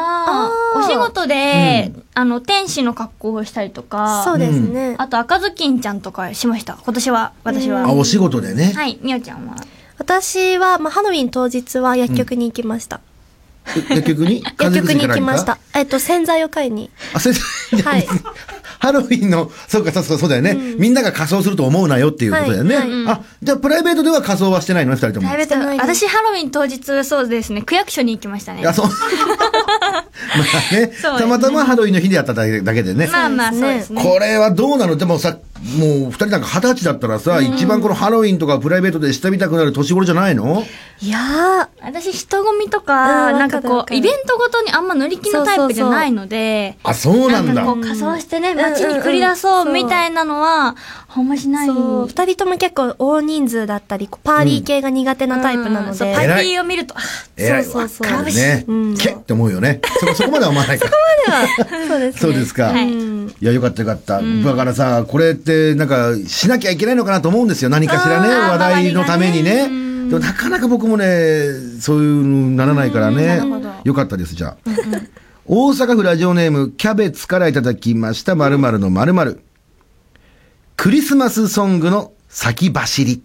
[SPEAKER 2] あ、
[SPEAKER 3] あー
[SPEAKER 2] お仕事で、あの、天使の格好をしたりとか、
[SPEAKER 3] そうですね。
[SPEAKER 2] あと赤ずきんちゃんとかしました。今年は、私は。
[SPEAKER 1] あ、お仕事でね。
[SPEAKER 2] はい、みおちゃんは。
[SPEAKER 3] 私は、まあ、ハロウィン当日は薬局に行きました。
[SPEAKER 1] 薬局に
[SPEAKER 3] 薬局に行きま
[SPEAKER 1] 風邪薬か
[SPEAKER 3] し。た
[SPEAKER 1] ら。
[SPEAKER 3] えっと、洗剤を買いに。
[SPEAKER 1] あ、先生、
[SPEAKER 3] はい
[SPEAKER 1] ハロウィンの、そうか、そうそうそうだよね、みんなが仮装すると思うなよっていうことだよね。
[SPEAKER 3] はい
[SPEAKER 1] あ、じゃあプライベートでは仮装はしてないのね、二人とも。
[SPEAKER 3] ライベートないです
[SPEAKER 2] 私、ハロウィン当日、そうですね、区役所に行きましたね
[SPEAKER 1] い。や、 [LAUGHS] そう。まあね、
[SPEAKER 2] すね
[SPEAKER 1] たまたまハロウィンの日でやっただけだけでね。
[SPEAKER 2] まあまあ、そうですね。
[SPEAKER 1] これはどうなのでもさ、もう二人なんか二十歳だったらさ、一番このハロウィンとかプライベートでしてみたくなる年頃じゃないの
[SPEAKER 3] いや
[SPEAKER 2] 私、人混みとか、
[SPEAKER 3] うん
[SPEAKER 2] なんか
[SPEAKER 3] わ
[SPEAKER 2] こ
[SPEAKER 3] かるわか
[SPEAKER 2] う、
[SPEAKER 3] る
[SPEAKER 2] イベントごとにあんま乗り気のタイプじゃないので、
[SPEAKER 1] あ、そうなん
[SPEAKER 2] なん
[SPEAKER 1] だ
[SPEAKER 2] かこ。う仮装してね、
[SPEAKER 3] ん
[SPEAKER 2] 街に繰り出そうみたいなのは、ほんましな
[SPEAKER 3] ー、
[SPEAKER 2] い。
[SPEAKER 3] そう、二人とも結構大人数だったり、こうパーリー系が苦手なタイプなの
[SPEAKER 2] うんそう
[SPEAKER 3] で。
[SPEAKER 2] パ
[SPEAKER 1] イ
[SPEAKER 2] ー
[SPEAKER 1] プ
[SPEAKER 2] テ
[SPEAKER 1] 偉い
[SPEAKER 2] ィーを見ると、あ
[SPEAKER 1] えらい
[SPEAKER 3] そうそうそう
[SPEAKER 1] わかるね
[SPEAKER 3] うん。
[SPEAKER 1] けって思うよね。そこ、そこまでは思わないから。
[SPEAKER 3] そうですね。
[SPEAKER 1] そうですか。
[SPEAKER 2] はい
[SPEAKER 1] いや、よかったよかった。だからさ、これって、なんか、しなきゃいけないのかなと思うんですよ。何かしらね、
[SPEAKER 2] あー
[SPEAKER 1] 話題のためにね。
[SPEAKER 2] 周りがねう
[SPEAKER 1] でも、なかなか僕もね、そういうのならないからね
[SPEAKER 2] うんなるほど。
[SPEAKER 1] よかったです、じゃあ。大阪府ラジオネーム、キャベツからいただきました、〇〇の〇〇。クリスマスソングの先走り。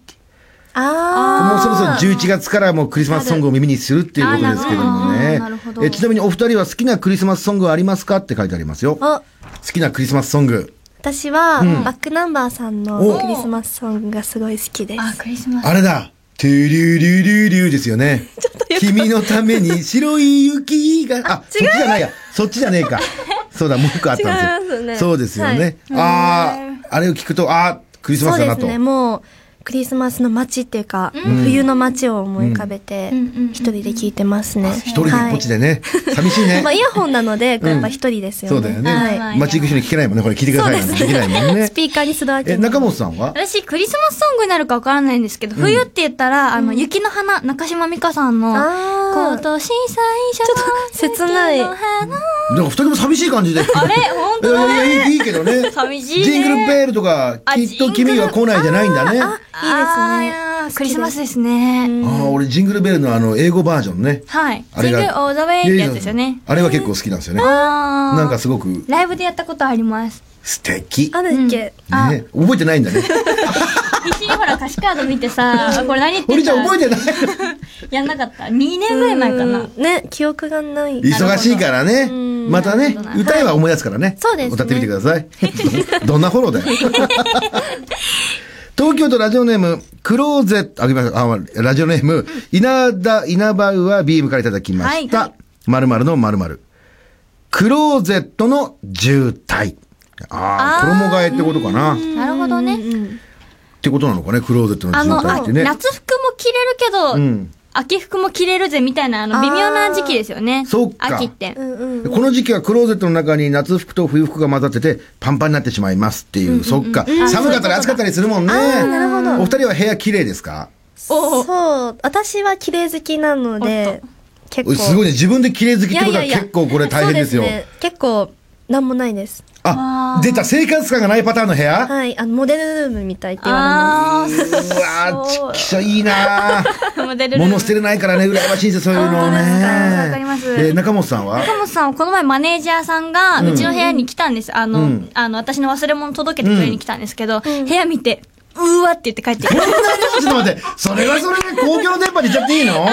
[SPEAKER 3] あ
[SPEAKER 1] もうそろそろ11月からもうクリスマスソングを耳にするっていうことですけども
[SPEAKER 2] あ
[SPEAKER 1] ね
[SPEAKER 2] ーなるほ。ど
[SPEAKER 1] えちなみにお二人は好きなクリスマスソングはありますかって書いてありますよ。
[SPEAKER 3] ー。あ、
[SPEAKER 1] 好きなクリスマスソング。
[SPEAKER 3] 私は、バックナンバーさん
[SPEAKER 1] お
[SPEAKER 3] のクリスマスソングがすごい好きです。
[SPEAKER 2] あ、クリスマス。
[SPEAKER 1] あれだ。トゥリュリュリュリュですよね。
[SPEAKER 3] [LAUGHS]
[SPEAKER 1] 君のために白い雪が、あ、そっちじゃないや。そっちじゃねえ
[SPEAKER 3] [LAUGHS]
[SPEAKER 1] か。そうだ、もう一個あったんで
[SPEAKER 3] 違いますす
[SPEAKER 1] よ。
[SPEAKER 3] ね
[SPEAKER 1] そうですよね。ああ、あれを聞くと、ああ、クリスマ
[SPEAKER 3] そ
[SPEAKER 1] ス
[SPEAKER 3] う
[SPEAKER 1] だな
[SPEAKER 3] で
[SPEAKER 1] と。
[SPEAKER 3] すね、もう、クリスマスの街っていうか、冬の街を思い浮かべて、一人で聴いてますね。
[SPEAKER 1] 一人でこっちでね。寂しいね
[SPEAKER 3] まあ、。イヤホンなので、やっぱ一人ですよ
[SPEAKER 1] そ
[SPEAKER 3] ね。
[SPEAKER 1] うだよ
[SPEAKER 3] はい
[SPEAKER 2] は
[SPEAKER 1] ね。
[SPEAKER 2] い
[SPEAKER 1] 街行く人に聞けないもんね。これ聞いてくだ
[SPEAKER 3] そ
[SPEAKER 1] さい
[SPEAKER 3] うで
[SPEAKER 1] なん
[SPEAKER 3] す
[SPEAKER 1] てできないもん
[SPEAKER 3] ね。
[SPEAKER 1] ね
[SPEAKER 3] [LAUGHS] ス。ピーカーにするわけ
[SPEAKER 1] え、
[SPEAKER 3] に
[SPEAKER 1] 中本さんは
[SPEAKER 2] 私、クリスマスソングになるかわからないんですけど、冬って言ったら、あの、雪の花、中島美嘉さんの、
[SPEAKER 3] あ
[SPEAKER 2] 今
[SPEAKER 3] ー
[SPEAKER 2] 年最初
[SPEAKER 3] ちょっと切ない
[SPEAKER 2] 雪の花
[SPEAKER 1] でも二人も寂しい感じで。
[SPEAKER 2] あれ本当だね。
[SPEAKER 1] いやいやいいいいけどね。
[SPEAKER 2] 寂しいね
[SPEAKER 1] ジングルベールとか、
[SPEAKER 2] あ
[SPEAKER 1] きっと君は来ないじゃないんだね。あ
[SPEAKER 2] あーいやークリスマスですね。
[SPEAKER 1] あー、俺ジングルベールのあの、英語バージョンね。
[SPEAKER 2] はい。
[SPEAKER 1] あれ
[SPEAKER 2] ジング
[SPEAKER 1] が
[SPEAKER 2] ルオーザウェイってやつですよ
[SPEAKER 1] いやい
[SPEAKER 2] ね
[SPEAKER 1] や。あれは結構好きなんですよね。
[SPEAKER 2] あー
[SPEAKER 1] なんかすごく
[SPEAKER 2] ライブでやったことあります。
[SPEAKER 1] 素敵。
[SPEAKER 3] あ
[SPEAKER 1] ね、
[SPEAKER 3] るっけ、
[SPEAKER 2] あ
[SPEAKER 1] 覚えてないんだ
[SPEAKER 2] [LAUGHS]
[SPEAKER 1] ね。
[SPEAKER 2] 必死にほら歌詞カード見
[SPEAKER 1] [LAUGHS]
[SPEAKER 2] てさ、これ何言って
[SPEAKER 1] 堀
[SPEAKER 2] ん
[SPEAKER 1] ちゃん
[SPEAKER 2] だ
[SPEAKER 1] 覚えてない
[SPEAKER 2] やんなかった。2年ぐらい前かな。
[SPEAKER 3] うんね、記憶がな
[SPEAKER 2] [LAUGHS]
[SPEAKER 3] い。
[SPEAKER 1] 忙しいからね。
[SPEAKER 3] ん
[SPEAKER 1] またね
[SPEAKER 2] なるほど、な
[SPEAKER 1] 歌えば思い出すからね。
[SPEAKER 3] そうですね
[SPEAKER 1] 歌ってみてくだ
[SPEAKER 2] [LAUGHS]
[SPEAKER 1] さい。どどんなフォローだよ。東京都ラジオネーム、クローゼット、あ、ごめんなさいあ、ラジオネーム、稲田、稲葉はビームからいただきまし
[SPEAKER 2] は
[SPEAKER 1] た
[SPEAKER 2] い。
[SPEAKER 1] 〇〇の〇〇。クローゼットの渋滞。ああ、衣替えってことかな。っ
[SPEAKER 2] なるほどね。
[SPEAKER 1] てことなのかね、クローゼットの
[SPEAKER 2] あ
[SPEAKER 1] 渋
[SPEAKER 2] の、
[SPEAKER 1] 滞
[SPEAKER 2] あ
[SPEAKER 1] ってね。
[SPEAKER 2] 夏服も着れるけど、
[SPEAKER 1] ん
[SPEAKER 2] 秋服も着れるぜみたいな、あの、
[SPEAKER 3] あー
[SPEAKER 2] 微妙な時期ですよね。
[SPEAKER 1] そっか
[SPEAKER 2] 秋って。
[SPEAKER 3] うんうん。
[SPEAKER 1] この時期はクローゼットの中に夏服と冬服が混ざってて、パンパンになってしまいますっていう、そっか。寒かったり暑かったりするもんね。
[SPEAKER 3] なるほど
[SPEAKER 1] お二人は部屋綺麗ですか
[SPEAKER 2] おう
[SPEAKER 3] そう、私は綺麗好きなので、結
[SPEAKER 1] お
[SPEAKER 3] 構。
[SPEAKER 1] いすごいね。自分で綺麗好きってことは結構これ大変ですよ。
[SPEAKER 3] そうね結構、なんもないです。
[SPEAKER 1] あ、出た生活感がないパターンの部屋
[SPEAKER 3] はい、あの、モデルルームみたいって言われ
[SPEAKER 2] あ
[SPEAKER 3] ま
[SPEAKER 1] う
[SPEAKER 2] [LAUGHS]
[SPEAKER 1] わ
[SPEAKER 2] そ
[SPEAKER 1] ー
[SPEAKER 2] う
[SPEAKER 1] ちっきしょいい
[SPEAKER 2] [LAUGHS]
[SPEAKER 1] なー
[SPEAKER 2] ー、モデルルーム
[SPEAKER 1] 物捨てれないからね、羨ましいですよそういうのね。
[SPEAKER 2] わかります
[SPEAKER 1] えー中本さん
[SPEAKER 2] [LAUGHS]
[SPEAKER 1] は
[SPEAKER 2] 高本さんはこの前マネージャーさんがうちの部屋に来たんです。あの、
[SPEAKER 1] うん
[SPEAKER 2] あの、私の忘れ物届けてくれに来たんですけど、部屋見て、うーわって言って帰ってきた。
[SPEAKER 1] ちょっと待って、それはそれで公共の電波に言っちゃっていい
[SPEAKER 2] [LAUGHS]
[SPEAKER 1] の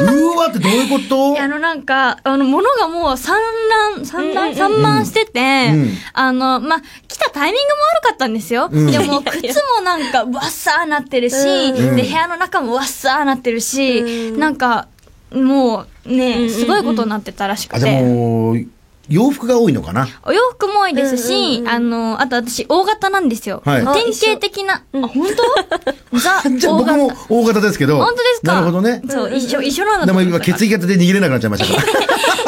[SPEAKER 1] うーわってどういうこと
[SPEAKER 2] いやあのなんか、あの、物がもう散乱、散乱、散漫してて、
[SPEAKER 1] うん
[SPEAKER 2] あの、まあ、来たタイミングも悪かったんですよ。でも、靴もなんか、わっさーなってるし、
[SPEAKER 1] ん
[SPEAKER 2] で、部屋の中もわっさーなってるし、
[SPEAKER 3] うん
[SPEAKER 2] なんか、もう、ね、すごいことになってたらしく
[SPEAKER 1] あ、じゃあ
[SPEAKER 2] て。
[SPEAKER 1] もう、洋服が多いのかな
[SPEAKER 2] お洋服も多いですし、
[SPEAKER 3] うんうんうん
[SPEAKER 2] あの、あと私、大型なんですよ。
[SPEAKER 1] はいあ
[SPEAKER 2] 典型的な、あ、本当 [LAUGHS] ザ、
[SPEAKER 1] [LAUGHS] じゃあ
[SPEAKER 2] 大
[SPEAKER 1] 僕
[SPEAKER 2] 型。
[SPEAKER 1] も大型ですけど。
[SPEAKER 2] 本当ですか
[SPEAKER 1] なるほどね。
[SPEAKER 2] そう、一緒、一緒なんだ
[SPEAKER 1] で
[SPEAKER 2] と
[SPEAKER 1] も
[SPEAKER 2] 思っ
[SPEAKER 1] 今
[SPEAKER 2] てた
[SPEAKER 1] 血液型で逃げれなくなっちゃいましたから。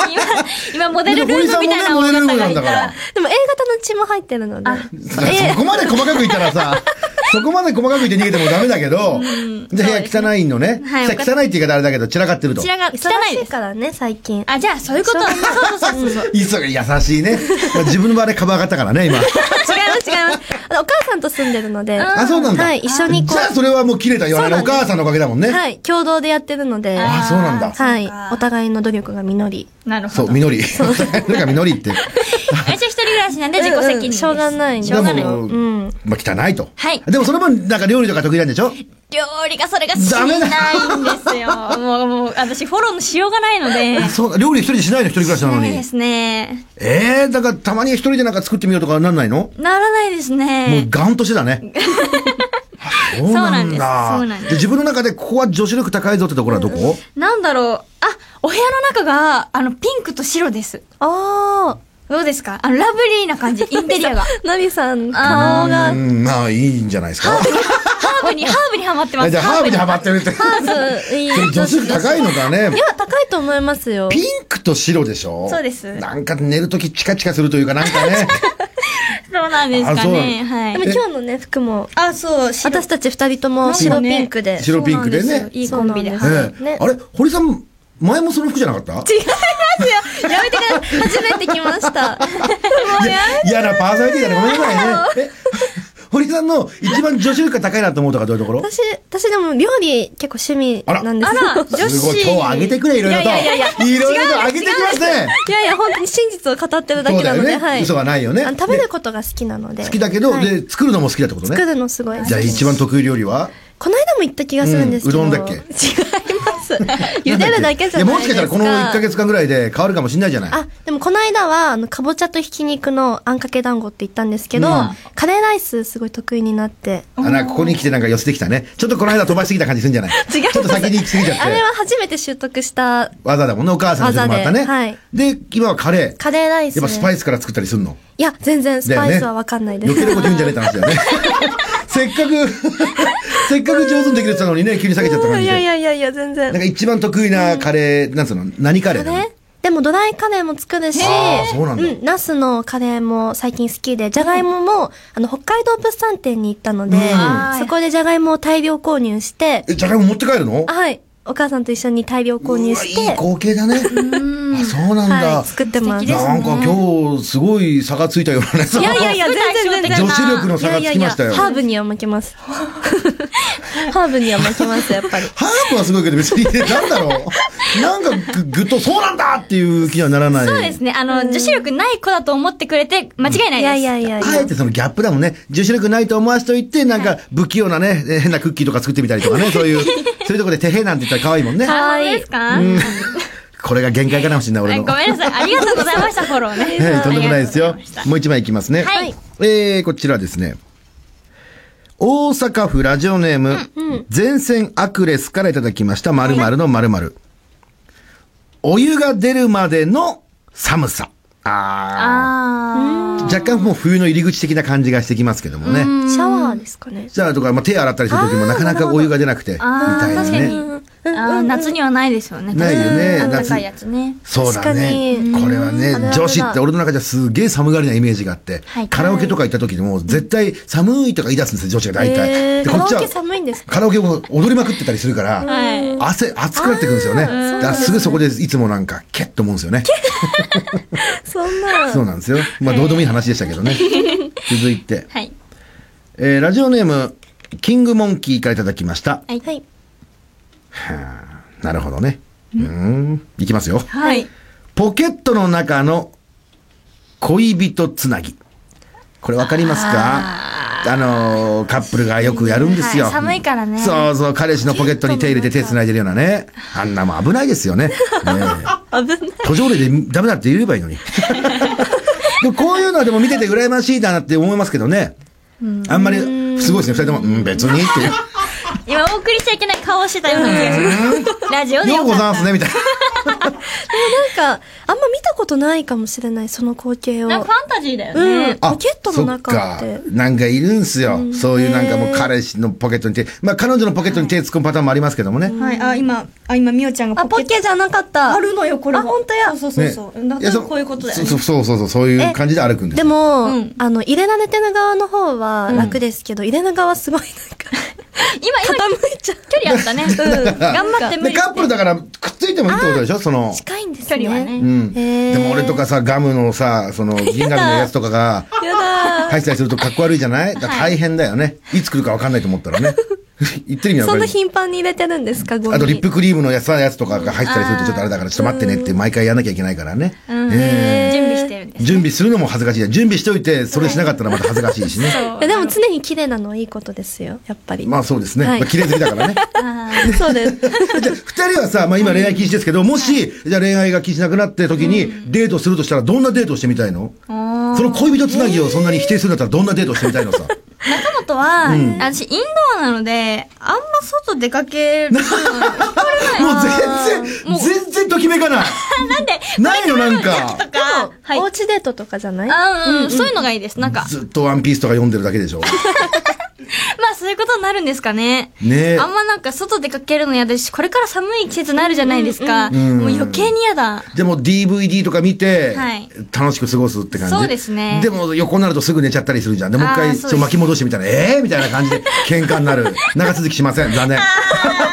[SPEAKER 2] 今、 [LAUGHS] 今、モデルルー
[SPEAKER 1] 堀さ
[SPEAKER 2] ム
[SPEAKER 1] んも
[SPEAKER 2] みたい
[SPEAKER 1] ね、
[SPEAKER 2] な
[SPEAKER 1] モデルルーム
[SPEAKER 2] 大
[SPEAKER 1] な
[SPEAKER 2] 型
[SPEAKER 1] んだ
[SPEAKER 2] がい
[SPEAKER 1] か
[SPEAKER 2] た
[SPEAKER 1] ら。
[SPEAKER 3] す。でも A 型の血も入ってるので。
[SPEAKER 1] そこまで細かく言ったらさ、そこまで細かく言って逃げてもダメだけど、じゃあ部屋汚いのね。
[SPEAKER 2] はい
[SPEAKER 1] 汚いって言い方あれだけど、散らかってると
[SPEAKER 2] こち。らが
[SPEAKER 3] 忙
[SPEAKER 2] 汚い
[SPEAKER 3] し
[SPEAKER 2] で
[SPEAKER 3] い
[SPEAKER 2] す。
[SPEAKER 3] からね、最近。
[SPEAKER 2] あ、じゃあ、そういうこと。そうそうそうそう。違う、違い
[SPEAKER 1] いつが優しいね。まあ自分の場でカバー上がったからね、今。
[SPEAKER 2] ます、違います。
[SPEAKER 3] [LAUGHS] あのお母さんと住んでるので。
[SPEAKER 1] あ、そうなんだ。
[SPEAKER 3] はい、一緒にこ
[SPEAKER 1] じゃあそれはもう切れた言わないお母さんのおかげだもん
[SPEAKER 3] う、
[SPEAKER 1] ね。
[SPEAKER 3] はい、共同でやってるので、
[SPEAKER 1] あ、そうなんだ。
[SPEAKER 3] はい
[SPEAKER 2] そうか、
[SPEAKER 3] お互いの努力が実り。
[SPEAKER 2] なる
[SPEAKER 1] そ
[SPEAKER 2] ほ
[SPEAKER 1] う、
[SPEAKER 2] ど。
[SPEAKER 1] 実り。 [LAUGHS] それが実りって。
[SPEAKER 2] [LAUGHS] 私は一人暮らしなんで自己責任です。
[SPEAKER 3] しょうがないんで
[SPEAKER 2] し
[SPEAKER 3] す
[SPEAKER 2] ょ
[SPEAKER 3] よ
[SPEAKER 2] うがない
[SPEAKER 1] で。も
[SPEAKER 3] うん。
[SPEAKER 1] まあ汚いと。
[SPEAKER 2] はい
[SPEAKER 1] でもその分、なんか料理とか得意なんでしょ
[SPEAKER 2] 料理がそれがしないんですよ。もう、もう、私フォローのしようがないので。
[SPEAKER 1] そう、料理一人でしないの一人暮らしなの
[SPEAKER 2] ない
[SPEAKER 1] に
[SPEAKER 2] で。すね。
[SPEAKER 1] ええだからたまに一人でなんか作ってみようとかなんないの、
[SPEAKER 2] ならないです
[SPEAKER 1] もう
[SPEAKER 2] ね。
[SPEAKER 1] ガンとしてだ
[SPEAKER 2] [LAUGHS]
[SPEAKER 1] ね。あそうなんだ。
[SPEAKER 2] そうなんですそうなんです
[SPEAKER 1] 自分の中でここは女子力高いぞってところはどこ、
[SPEAKER 2] なんだろう。あ、お部屋の中が、あの、ピンクと白です。
[SPEAKER 3] あ
[SPEAKER 2] どうですかあの、ラブリーな感じ、インテリアが。
[SPEAKER 3] ー、ナビさん、
[SPEAKER 2] あ
[SPEAKER 3] 顔が
[SPEAKER 1] う、ん、まあいいんじゃないですか。
[SPEAKER 2] ハーブに、ハーブにハマってま
[SPEAKER 1] あ
[SPEAKER 2] す。
[SPEAKER 1] じゃあハーブにハマってるって。
[SPEAKER 3] まず、いい。
[SPEAKER 1] 女子力高いのかね
[SPEAKER 3] い。や、高いと思いますよ。
[SPEAKER 1] ピンクと白でしょ
[SPEAKER 2] そうです
[SPEAKER 1] なんか寝るときチカチカするというかなんか
[SPEAKER 2] [LAUGHS]
[SPEAKER 1] ね。
[SPEAKER 2] そうなんですか
[SPEAKER 1] あそう
[SPEAKER 2] ね。は
[SPEAKER 3] でも
[SPEAKER 2] い。
[SPEAKER 3] 今日のね、服も、
[SPEAKER 2] あ、そう、白
[SPEAKER 3] 私たち二人とも
[SPEAKER 2] 白
[SPEAKER 3] 白ピンクで。
[SPEAKER 1] 白ピンクでね
[SPEAKER 2] そうなんすよいいコンビで。
[SPEAKER 3] そう
[SPEAKER 2] は
[SPEAKER 3] ないん
[SPEAKER 1] ええ
[SPEAKER 3] ね
[SPEAKER 1] あれ堀さん、前もその服じゃなかった
[SPEAKER 3] 違いますよ。やめてください。初めて来ました。
[SPEAKER 1] [LAUGHS] 嫌なパーソナリティだね。ごめんなさいね。え堀さんの一番女子力が高いなと思うとかどういうところ
[SPEAKER 3] 私、私でも料理結構趣味
[SPEAKER 1] あら
[SPEAKER 3] なんです
[SPEAKER 2] あら、女子。
[SPEAKER 1] すごい、今日は上げてくれ、いろいろと。
[SPEAKER 2] いやいやいやいや。
[SPEAKER 1] いろいろと上げてきますね。
[SPEAKER 3] いやいや、本当に真実を語ってるだ
[SPEAKER 1] そ
[SPEAKER 3] け
[SPEAKER 1] うだ
[SPEAKER 3] なの
[SPEAKER 1] よ
[SPEAKER 3] で、
[SPEAKER 1] ね、
[SPEAKER 3] はい。
[SPEAKER 1] 嘘がないよね。
[SPEAKER 3] あの食べることが好きなので。
[SPEAKER 1] 好きだけど、
[SPEAKER 3] はい
[SPEAKER 1] で、作るのも好きだってこと
[SPEAKER 3] 作
[SPEAKER 1] ね。
[SPEAKER 3] るのすごい。
[SPEAKER 1] じゃあ一番得意料理は
[SPEAKER 3] この間も行った気がするんですけど。
[SPEAKER 1] うんうどんだっけ
[SPEAKER 3] 違い
[SPEAKER 1] [LAUGHS]
[SPEAKER 3] ます。茹でるだけじゃ
[SPEAKER 1] や
[SPEAKER 3] ない
[SPEAKER 1] も
[SPEAKER 3] で
[SPEAKER 1] し
[SPEAKER 3] す
[SPEAKER 1] かした
[SPEAKER 3] か。
[SPEAKER 1] らこの1ヶ月間ぐらいで変わるかもしれないじゃない。
[SPEAKER 3] あ、でもこの間は、あの、かぼちゃとひき肉のあんかけ団子って言ったんですけど、
[SPEAKER 1] うん
[SPEAKER 3] カレーライスすごい得意になって。
[SPEAKER 1] あなんかここに来てなんか寄せてきたね。ちょっとこの間飛ばしてきた感じするんじゃない
[SPEAKER 3] 違います
[SPEAKER 1] ちょっと先に行き過ぎちゃって
[SPEAKER 3] あ。れは初めて習得した
[SPEAKER 1] 技だもんね、お母さんに教えてもらったね。
[SPEAKER 3] 技ではい
[SPEAKER 1] で、今はカレー。
[SPEAKER 3] カレーライス。
[SPEAKER 1] やっぱスパイスから作ったりするの。
[SPEAKER 3] いや、全然ス
[SPEAKER 1] だよ
[SPEAKER 3] パ
[SPEAKER 1] ね
[SPEAKER 3] イスはわかんないです。 [LAUGHS]
[SPEAKER 1] 余計なこと言うんじゃねえって話だよね。せっかく、せっかく上手にできるって言ったのにね、急に下げちゃった感
[SPEAKER 3] い
[SPEAKER 1] じ
[SPEAKER 3] やい
[SPEAKER 1] で。
[SPEAKER 3] やいやいや、全
[SPEAKER 1] なん
[SPEAKER 3] 然。
[SPEAKER 1] か一番得意なカレー、なんつうの何カレーなの
[SPEAKER 3] ねでもドライカレーも作るし、
[SPEAKER 1] あーそうなんだ
[SPEAKER 3] ん、ナスのカレーも最近好きで、じゃがいもも、あの、北海道物産店に行ったので、
[SPEAKER 2] うん
[SPEAKER 3] そこでじゃがいもを大量購入して、
[SPEAKER 1] え、じゃがいも持って帰るの
[SPEAKER 3] はい、お母さんと一緒に大量購入し
[SPEAKER 1] うわいい
[SPEAKER 3] て、
[SPEAKER 1] 光景だね。あ、そうなんだ。
[SPEAKER 3] はい、作ってま
[SPEAKER 2] 素
[SPEAKER 3] す。
[SPEAKER 2] 敵です
[SPEAKER 1] なんか今日、すごい差がついたようなね。
[SPEAKER 3] いやいやいや、
[SPEAKER 2] すごい
[SPEAKER 3] 全然全然。
[SPEAKER 1] 女子力の差がつきましたよ
[SPEAKER 3] いやいやいやハーブには負け [LAUGHS] ます。ハーブには負けます、やっぱり。
[SPEAKER 1] ハープはすごいけど別に、なんだろう。なんかぐ、ぐっと、そうなんだっていう気にはならない。
[SPEAKER 2] そうですね。あの、女子力ない子だと思ってくれて、間違いないです。
[SPEAKER 3] いやいやいやい
[SPEAKER 1] あえ
[SPEAKER 3] や。
[SPEAKER 1] てそのギャップだもんね。女子力ないと思わしといて、なんか不器用なね、えー変なクッキーとか作ってみたりと [LAUGHS] かね、そういう、そういうとこでてへなんて言ったら可愛いもんね。
[SPEAKER 2] あそうですか、
[SPEAKER 1] これが限界かなもしれない、俺の。
[SPEAKER 2] ごめんなさい。ありがとうございました、フォローね。
[SPEAKER 1] [LAUGHS] ええとんでもないですよ。もう一枚いきますね。
[SPEAKER 2] はい
[SPEAKER 1] えー、こちらですね。大阪府ラジオネーム、前線アクレスからいただきました、〇〇の〇〇。お湯が出るまでの寒さ。あー。
[SPEAKER 2] あ
[SPEAKER 1] 若干もう冬の入り口的な感じがしてきますけどもね。
[SPEAKER 3] シャワーですかね。
[SPEAKER 1] じゃあとか、まあ、手洗ったりする時もなかなかお湯が出なくて、み
[SPEAKER 2] あ
[SPEAKER 1] たいな
[SPEAKER 2] 確かに、
[SPEAKER 1] ね。
[SPEAKER 2] あー夏にはないですよね。
[SPEAKER 1] ないよね
[SPEAKER 2] うん
[SPEAKER 1] 夏
[SPEAKER 2] あったかいやつね。
[SPEAKER 1] そうだね
[SPEAKER 3] 確。かに
[SPEAKER 1] これはね
[SPEAKER 3] あるあ、る
[SPEAKER 1] 女子って俺の中じゃすげえ寒がりなイメージがあって
[SPEAKER 2] はい、
[SPEAKER 1] カラオケとか行った時にも絶対寒いとか言い出すんですよ、女子が大体。
[SPEAKER 3] えー
[SPEAKER 1] で、こっち
[SPEAKER 3] カラオケ
[SPEAKER 1] は
[SPEAKER 3] 寒いんですか
[SPEAKER 1] カラオケも踊りまくってたりするから、
[SPEAKER 2] はい。
[SPEAKER 1] 汗、熱くなってくるんですよね。だからすぐそこでいつもなんか、ケッと思うんですよね。
[SPEAKER 3] そんな。
[SPEAKER 1] そうなんですよ。まあ、どうでもいい話でしたけどね。続いて、
[SPEAKER 2] はい。
[SPEAKER 1] えーラジオネーム、キングモンキーからいただきました。
[SPEAKER 2] はい。
[SPEAKER 3] はい。
[SPEAKER 1] なるほどね。うーん。いきますよ。
[SPEAKER 2] はい。
[SPEAKER 1] ポケットの中の恋人つなぎ。これわかりますかあのーカップルがよくやるんですよ。
[SPEAKER 2] はい寒いからね
[SPEAKER 1] そうそう、彼氏のポケットに手入れて手繋いでるようなね。あんなもん危ないです
[SPEAKER 2] [LAUGHS]
[SPEAKER 1] よね。ね
[SPEAKER 3] 危ない。
[SPEAKER 1] え途上でダメだって言えばいい
[SPEAKER 2] [LAUGHS]
[SPEAKER 1] のに。でもこういうのはでも見てて羨ましいだなって思いますけどね。あんまり、すごいですね。二人とも、うん、別にっていう。
[SPEAKER 2] 今、お送りしちゃいけない顔をしてたような気がします。ラジオで
[SPEAKER 1] よ
[SPEAKER 2] よ
[SPEAKER 1] うご
[SPEAKER 2] か
[SPEAKER 1] ざいま
[SPEAKER 2] っ
[SPEAKER 1] すね、みたいな。
[SPEAKER 3] なんか、あんま見たことないかもしれない、その光景
[SPEAKER 2] た。
[SPEAKER 3] を。
[SPEAKER 2] なんかファンタジーだよね。
[SPEAKER 3] うん。ポケットの中っ
[SPEAKER 1] そ
[SPEAKER 3] て
[SPEAKER 1] っ。かなんかいるんすよ、そういうなんかもう彼氏のポケットに手まあ彼女のポケットに手突っ込むパターンもありますけどもね、
[SPEAKER 4] はい、あ、今、あ、今、みおちゃんが
[SPEAKER 3] あ、
[SPEAKER 4] ポ
[SPEAKER 3] ポ
[SPEAKER 4] ケット
[SPEAKER 3] ケじゃなかった。
[SPEAKER 4] あるのよ、これも。
[SPEAKER 3] あ本当や
[SPEAKER 4] そうそう
[SPEAKER 1] ね
[SPEAKER 4] そうそう。だ
[SPEAKER 1] いや
[SPEAKER 4] か
[SPEAKER 1] そ
[SPEAKER 4] らこういうことだよね。
[SPEAKER 1] そうそうそうそうそういう感じで歩くんです
[SPEAKER 3] で
[SPEAKER 1] よ
[SPEAKER 3] も、
[SPEAKER 4] うん
[SPEAKER 3] あの、入れられてる側の方は楽ですけど、入れる側すごいなんか、
[SPEAKER 2] 今、今、
[SPEAKER 3] 傾いちゃう。
[SPEAKER 2] 距離あったね。うん。頑張って無
[SPEAKER 1] で
[SPEAKER 2] 理して。
[SPEAKER 1] カップルだからくっついてもいいってことでしょその
[SPEAKER 3] 近いんです
[SPEAKER 2] 距
[SPEAKER 3] ね。
[SPEAKER 2] 離はね。
[SPEAKER 1] うん
[SPEAKER 3] へー
[SPEAKER 1] でも俺とかさガムのさその銀紙のやつとかが
[SPEAKER 3] やだー
[SPEAKER 1] 入ってたりするとかっこ悪いじゃないだから大変だよね、い、つ来るか分かんないと思ったらね [LAUGHS] 言ってる意味わ
[SPEAKER 3] そ
[SPEAKER 1] か
[SPEAKER 3] ん
[SPEAKER 1] る
[SPEAKER 3] な頻繁に入れてるんですか、ゴミ。
[SPEAKER 1] あとリップクリームのやつやつとかが入ってたりするとちょっとあれだからちょっと待ってねって毎回やんなきゃいけないからね、
[SPEAKER 2] うん
[SPEAKER 1] え
[SPEAKER 2] 準備してるんです。
[SPEAKER 1] 準備するのも恥ずかしい。準備しておいて、それしなかったらまた恥ずかしいしね。
[SPEAKER 3] いやでも常に綺麗なのはいいことですよ、やっぱり。
[SPEAKER 1] まあそうですね。
[SPEAKER 3] はい
[SPEAKER 1] まあ綺麗好きだから [LAUGHS] ね。
[SPEAKER 3] [LAUGHS] そうです。
[SPEAKER 1] じゃあ二人はさ、まあ今恋愛禁止ですけど、もし、じゃあ恋愛が禁止なくなって時に、デートするとしたらどんなデートをしてみたいのその恋人つなぎをそんなに否定するんだったらどんなデートをしてみたいのさ。
[SPEAKER 2] 中本は、私、インドアなので、あんま外出かけ
[SPEAKER 1] [LAUGHS]
[SPEAKER 2] る。
[SPEAKER 1] もう全然、全然ときめかない。
[SPEAKER 2] なんで、
[SPEAKER 1] ないのなんか。 [LAUGHS]
[SPEAKER 2] とか、はい
[SPEAKER 3] お。うちデートとかじゃない
[SPEAKER 2] あうん、そういうのがいいです。なんか、
[SPEAKER 1] ずっとワンピースとか読んでるだけでしょ。
[SPEAKER 2] [LAUGHS] まあそういうことになるんですかね。
[SPEAKER 1] ねえ
[SPEAKER 2] あんまなんか外出かけるの嫌ですし、これから寒い季節になるじゃないですか。
[SPEAKER 1] んうん
[SPEAKER 2] もう余計に嫌だ。
[SPEAKER 1] でも DVD とか見て
[SPEAKER 2] はい、
[SPEAKER 1] 楽しく過ごすって感じ。
[SPEAKER 2] そうですね
[SPEAKER 1] でも横になるとすぐ寝ちゃったりするじゃん。で、もう一
[SPEAKER 2] あ
[SPEAKER 1] 回
[SPEAKER 2] ーそうです
[SPEAKER 1] ちょっと巻き戻してみたら、えーみたいな感じで喧嘩になる。長続きしません。
[SPEAKER 2] [LAUGHS]
[SPEAKER 1] 残念。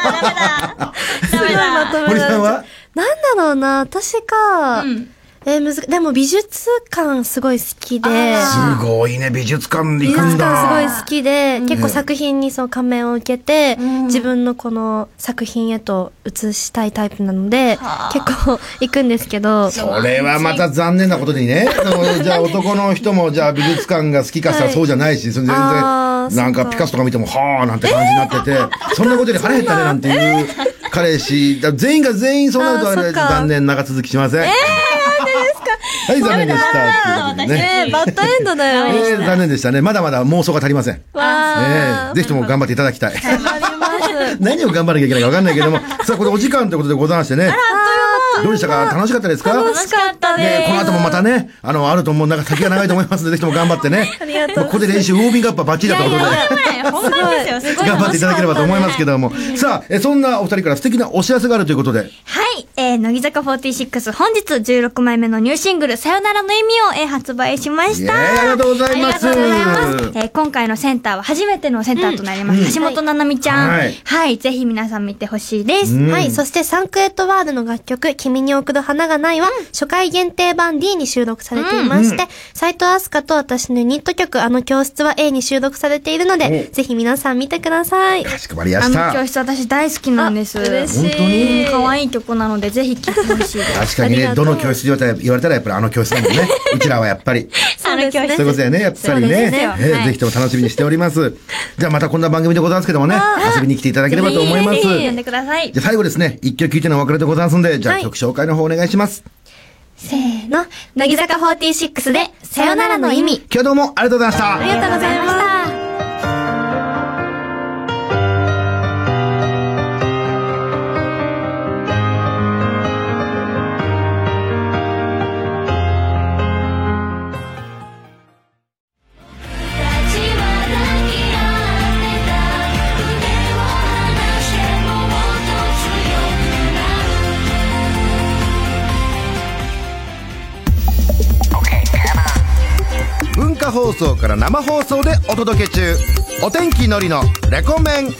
[SPEAKER 3] すごいまとめられ
[SPEAKER 1] 堀
[SPEAKER 3] ちゃ
[SPEAKER 1] さん
[SPEAKER 3] う
[SPEAKER 1] は
[SPEAKER 3] なんだろうな、私か、
[SPEAKER 2] ん
[SPEAKER 3] えーむず、でも美術館すごい好きで、
[SPEAKER 1] すごいね、美術館で
[SPEAKER 3] 美
[SPEAKER 1] 行くん
[SPEAKER 3] 術館すごい
[SPEAKER 1] だ。
[SPEAKER 3] 好きで、結構作品にその感銘を受けて、自分のこの作品へと移したいタイプなので、結構行くんですけど、 [LAUGHS]
[SPEAKER 1] それはまた残念なことにね。でもじゃあ男の人も、じゃあ美術館が好きかさ、
[SPEAKER 3] はい
[SPEAKER 1] そうじゃないし、それ全然、
[SPEAKER 3] あー
[SPEAKER 1] なん
[SPEAKER 3] そ
[SPEAKER 1] か
[SPEAKER 3] っか
[SPEAKER 1] ピカソとか見ても、はーなんて感じになってて、そんなことより腹減ったねなんていう彼氏、だ全員が全員そうなるとあ
[SPEAKER 3] あーそ
[SPEAKER 1] れ、
[SPEAKER 3] っか
[SPEAKER 1] 残念、長続きしません。えー、なんでですかはい、残念でした。ということでね。
[SPEAKER 3] えーバッドエンドだよ。
[SPEAKER 1] えー残念でしたね。まだまだ妄想が足りません。えー、ぜひとも頑張っていただきたい。
[SPEAKER 3] あります。
[SPEAKER 1] 何を頑張らなきゃいけないか分かんないけども、さあ、これお時間ということでございましてね。あどうでしたか楽しかったですか
[SPEAKER 2] 楽しかった
[SPEAKER 1] ね
[SPEAKER 2] で、す。
[SPEAKER 1] この後もまたね、あの、あると思う、なんか先が長いと思いますので、ぜひとも頑張ってね。
[SPEAKER 3] ありがとう
[SPEAKER 1] [LAUGHS] まあここで練習、ウォーミングアップはバッチリだったことで。
[SPEAKER 2] はい本番ですよ。すごい
[SPEAKER 1] 頑張っていただければと思いますけ
[SPEAKER 2] ど。
[SPEAKER 1] ども。さあ、えそんなお二人から素敵なお知らせがあるということで。
[SPEAKER 2] はい。えー、乃木坂46、本日16枚目のニューシングル、さよならの意味を、えー発売しま
[SPEAKER 1] イ
[SPEAKER 2] し
[SPEAKER 1] エーイ
[SPEAKER 2] た。
[SPEAKER 1] ありがとうございます
[SPEAKER 2] ありがとうございますえー今回のセンターは初めてのセンターとなります。橋本七海ちゃん。
[SPEAKER 1] は
[SPEAKER 2] はいい、ぜひ皆さん見てほしいです。
[SPEAKER 1] うん
[SPEAKER 3] はい。そして、サンクエットワールの楽曲、君に送る花がないは、初回限定版 D に収録されていまして、斎、藤飛鳥と私のユニット曲、あの教室は A に収録されているので、ぜひ皆さん見てください。
[SPEAKER 1] かしこまりや
[SPEAKER 2] あ
[SPEAKER 1] し
[SPEAKER 2] の
[SPEAKER 1] た。
[SPEAKER 2] 教室私大好きなんです。嬉
[SPEAKER 1] しい本当に
[SPEAKER 2] 可愛い曲なので、ぜひ聴いてほしいで
[SPEAKER 1] [LAUGHS] 確
[SPEAKER 2] す。
[SPEAKER 1] かに
[SPEAKER 3] あり
[SPEAKER 1] ね、
[SPEAKER 3] がと
[SPEAKER 1] ど
[SPEAKER 3] う
[SPEAKER 1] の教室言われたら言われたらやっぱりあの教室なん [LAUGHS] でね。うちらはやっぱり。
[SPEAKER 2] あの教室
[SPEAKER 1] そういうことだよね、やっぱり
[SPEAKER 2] そう
[SPEAKER 1] ね
[SPEAKER 2] ですよ。
[SPEAKER 1] え
[SPEAKER 2] は
[SPEAKER 1] ー
[SPEAKER 2] い
[SPEAKER 1] ぜひとも楽しみにしております。じゃあまたこんな番組でございますけどもね、遊びに来ていただければと思います。
[SPEAKER 2] ぜひ呼ん
[SPEAKER 1] じ
[SPEAKER 2] でください。
[SPEAKER 1] ゃあ最後ですね、一曲聴いてのお別れでございますんで、じゃあ曲紹介の方お願いします。
[SPEAKER 3] せーの、乃木坂46で、さよならの意味。
[SPEAKER 1] 今日はどうもありがとうございました。
[SPEAKER 3] ありがとうございました。
[SPEAKER 1] 文化放送から生放送でお届け中お天気のりのレコメン